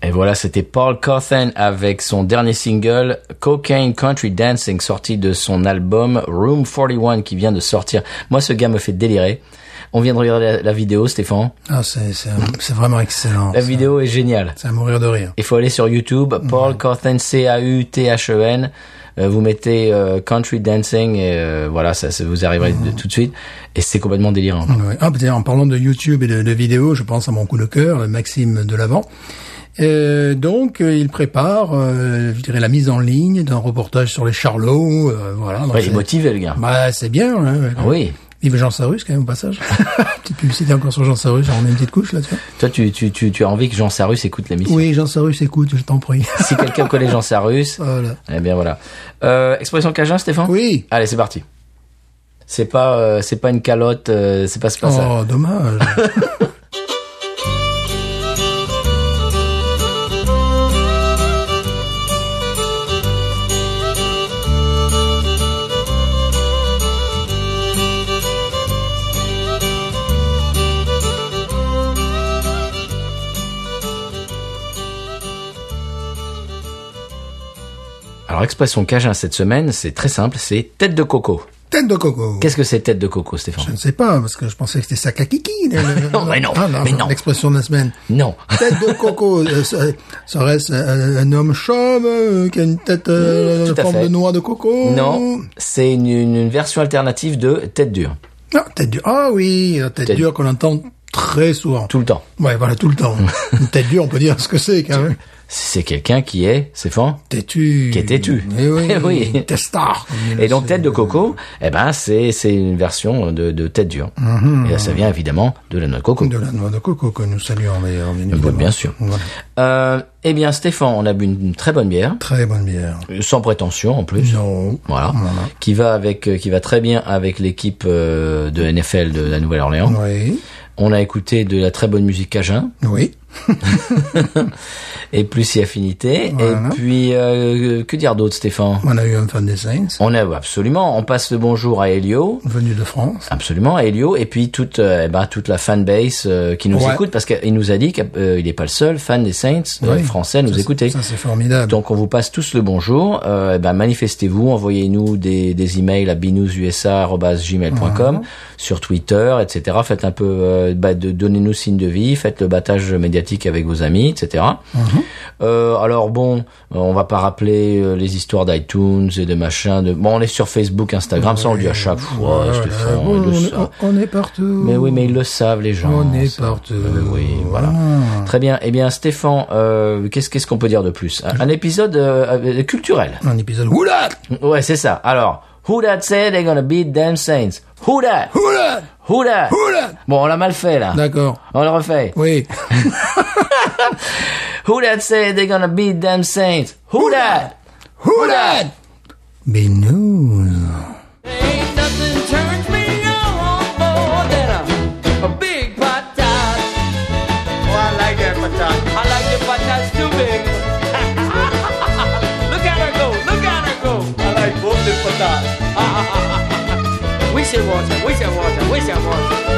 Et voilà, c'était Paul Cawthon avec son dernier single Cocaine Country Dancing sorti de son album Room 41 qui vient de sortir. Moi, ce gars me fait délirer. On vient de regarder la, la vidéo, Stéphane. Ah, c'est c'est Mmh. un- c'est vraiment excellent. La ça. vidéo est géniale. C'est à mourir de rire. Il faut aller sur YouTube, Paul Cawthon, C-A-U-T-H-E-N. Euh, vous mettez euh, Country Dancing et euh, voilà, ça, ça vous arriverez Mm. de- tout de suite. Et c'est complètement délirant. Ouais. Ah, peut-être en parlant de YouTube et de, de vidéos, je pense à mon coup de cœur, le Maxime Delavant. Euh, donc, euh, il prépare, euh, je dirais, la mise en ligne d'un reportage sur les Charlots. euh, voilà. Donc, Ouais, il est c'est- motivé, le gars. bah, c'est bien. Hein, Ah oui. Vive Jean Sarus, quand même, au passage. petite publicité encore sur Jean Sarus, on met une petite couche là-dessus. Toi, tu, tu, tu, tu as envie que Jean Sarus écoute la mission. Oui, Jean Sarus, écoute, je t'en prie. Si quelqu'un connaît Jean Sarus, voilà. eh bien voilà. Euh, expression cajun, Stéphane Oui. Allez, c'est parti. C'est pas, euh, c'est pas une calotte, euh, c'est pas, c'est pas ça. Oh, dommage. Oh. Alors, expression cajun cette semaine, c'est très simple, c'est tête de coco. Tête de coco. Qu'est-ce que c'est tête de coco, Je Stéphane ne sais pas, parce que je pensais que c'était sac à kiki. le- le- Non, mais non, Ah, mais non. L'expression de la semaine. Non. Tête de coco, euh, ça- serait-ce un, un homme chauve euh, qui a une tête euh, Tout à forme fait. de noix de coco Non, c'est une, une- une version alternative de tête dure, Non, tête dure. Ah oui, la tête, Tête- dure qu'on entend très souvent. tout le temps. Ouais, voilà, tout le temps. une tête dure, on peut dire ce que c'est quand même. C'est quelqu'un qui est, Stéphane, Têtu. Qui est têtu. Eh oui. Eh oui. Testard. Et donc tête de coco, eh ben c'est c'est une version de, de tête dure. Et là, ça vient évidemment de la noix de coco. Mhm. De la noix de coco que nous saluons d'ailleurs, bien, Bon, évidemment. bien sûr. Voilà. Euh, eh bien Stéphane, on a bu une très bonne bière, euh, Très bonne bière. sans prétention en plus. Non. Voilà, Voilà. qui va avec, euh, qui va très bien avec l'équipe euh, de NFL de la Nouvelle-Orléans. Oui. On a écouté de la très bonne musique cajun Oui. et plus si affinité. Voilà. Et puis euh, que dire d'autre, Stéphane On a eu un fan des Saints, On a absolument, on passe le bonjour à Elio. venu de France. Absolument, à Elio et puis toute, euh, eh ben, toute la fanbase euh, qui nous Ouais. écoute parce qu'il nous a dit qu'il n'est pas le seul fan des Saints euh, Oui. français à nous Ça, c'est- écouter. Ça, c'est formidable. Donc on vous passe tous le bonjour. Euh, eh ben, manifestez-vous, envoyez-nous des, des emails à binoususa@gmail.com, sur Twitter, etc. Faites un peu, euh, bah, de, donnez-nous signe de vie, faites le battage asiatique avec vos amis, etc. Mhm. Euh, alors bon, on va pas rappeler euh, les histoires d'iTunes et de machin. De... Bon, on est sur Facebook, Instagram, ça on le dit à chaque fois. Voilà, Stéphane, Ah, bon, ils le on, savent. on- on est partout. Mais oui, mais ils le savent les gens. On est Ça- partout. Euh, oui, voilà. Très bien. Eh bien, Stéphane, euh, qu'est-ce qu'est-ce qu'on peut dire de plus Un, un épisode euh, euh, culturel. Ah, Un épisode. Oula Ouais, c'est ça. Alors, who that said they're gonna beat them Saints? Who that? Oula Who that? Oula Bon, on l'a mal fait là. D'accord. On le refait. Oui. Who that said they're gonna beat them Saints? Who that? Oula Mais nous. Ain't nothing turns me on more than a, a big patat. Oh, I like that patat. I like the patats too big. look at her go, look at her go. I like both the patats. we should watch her, we should watch her, we should watch her.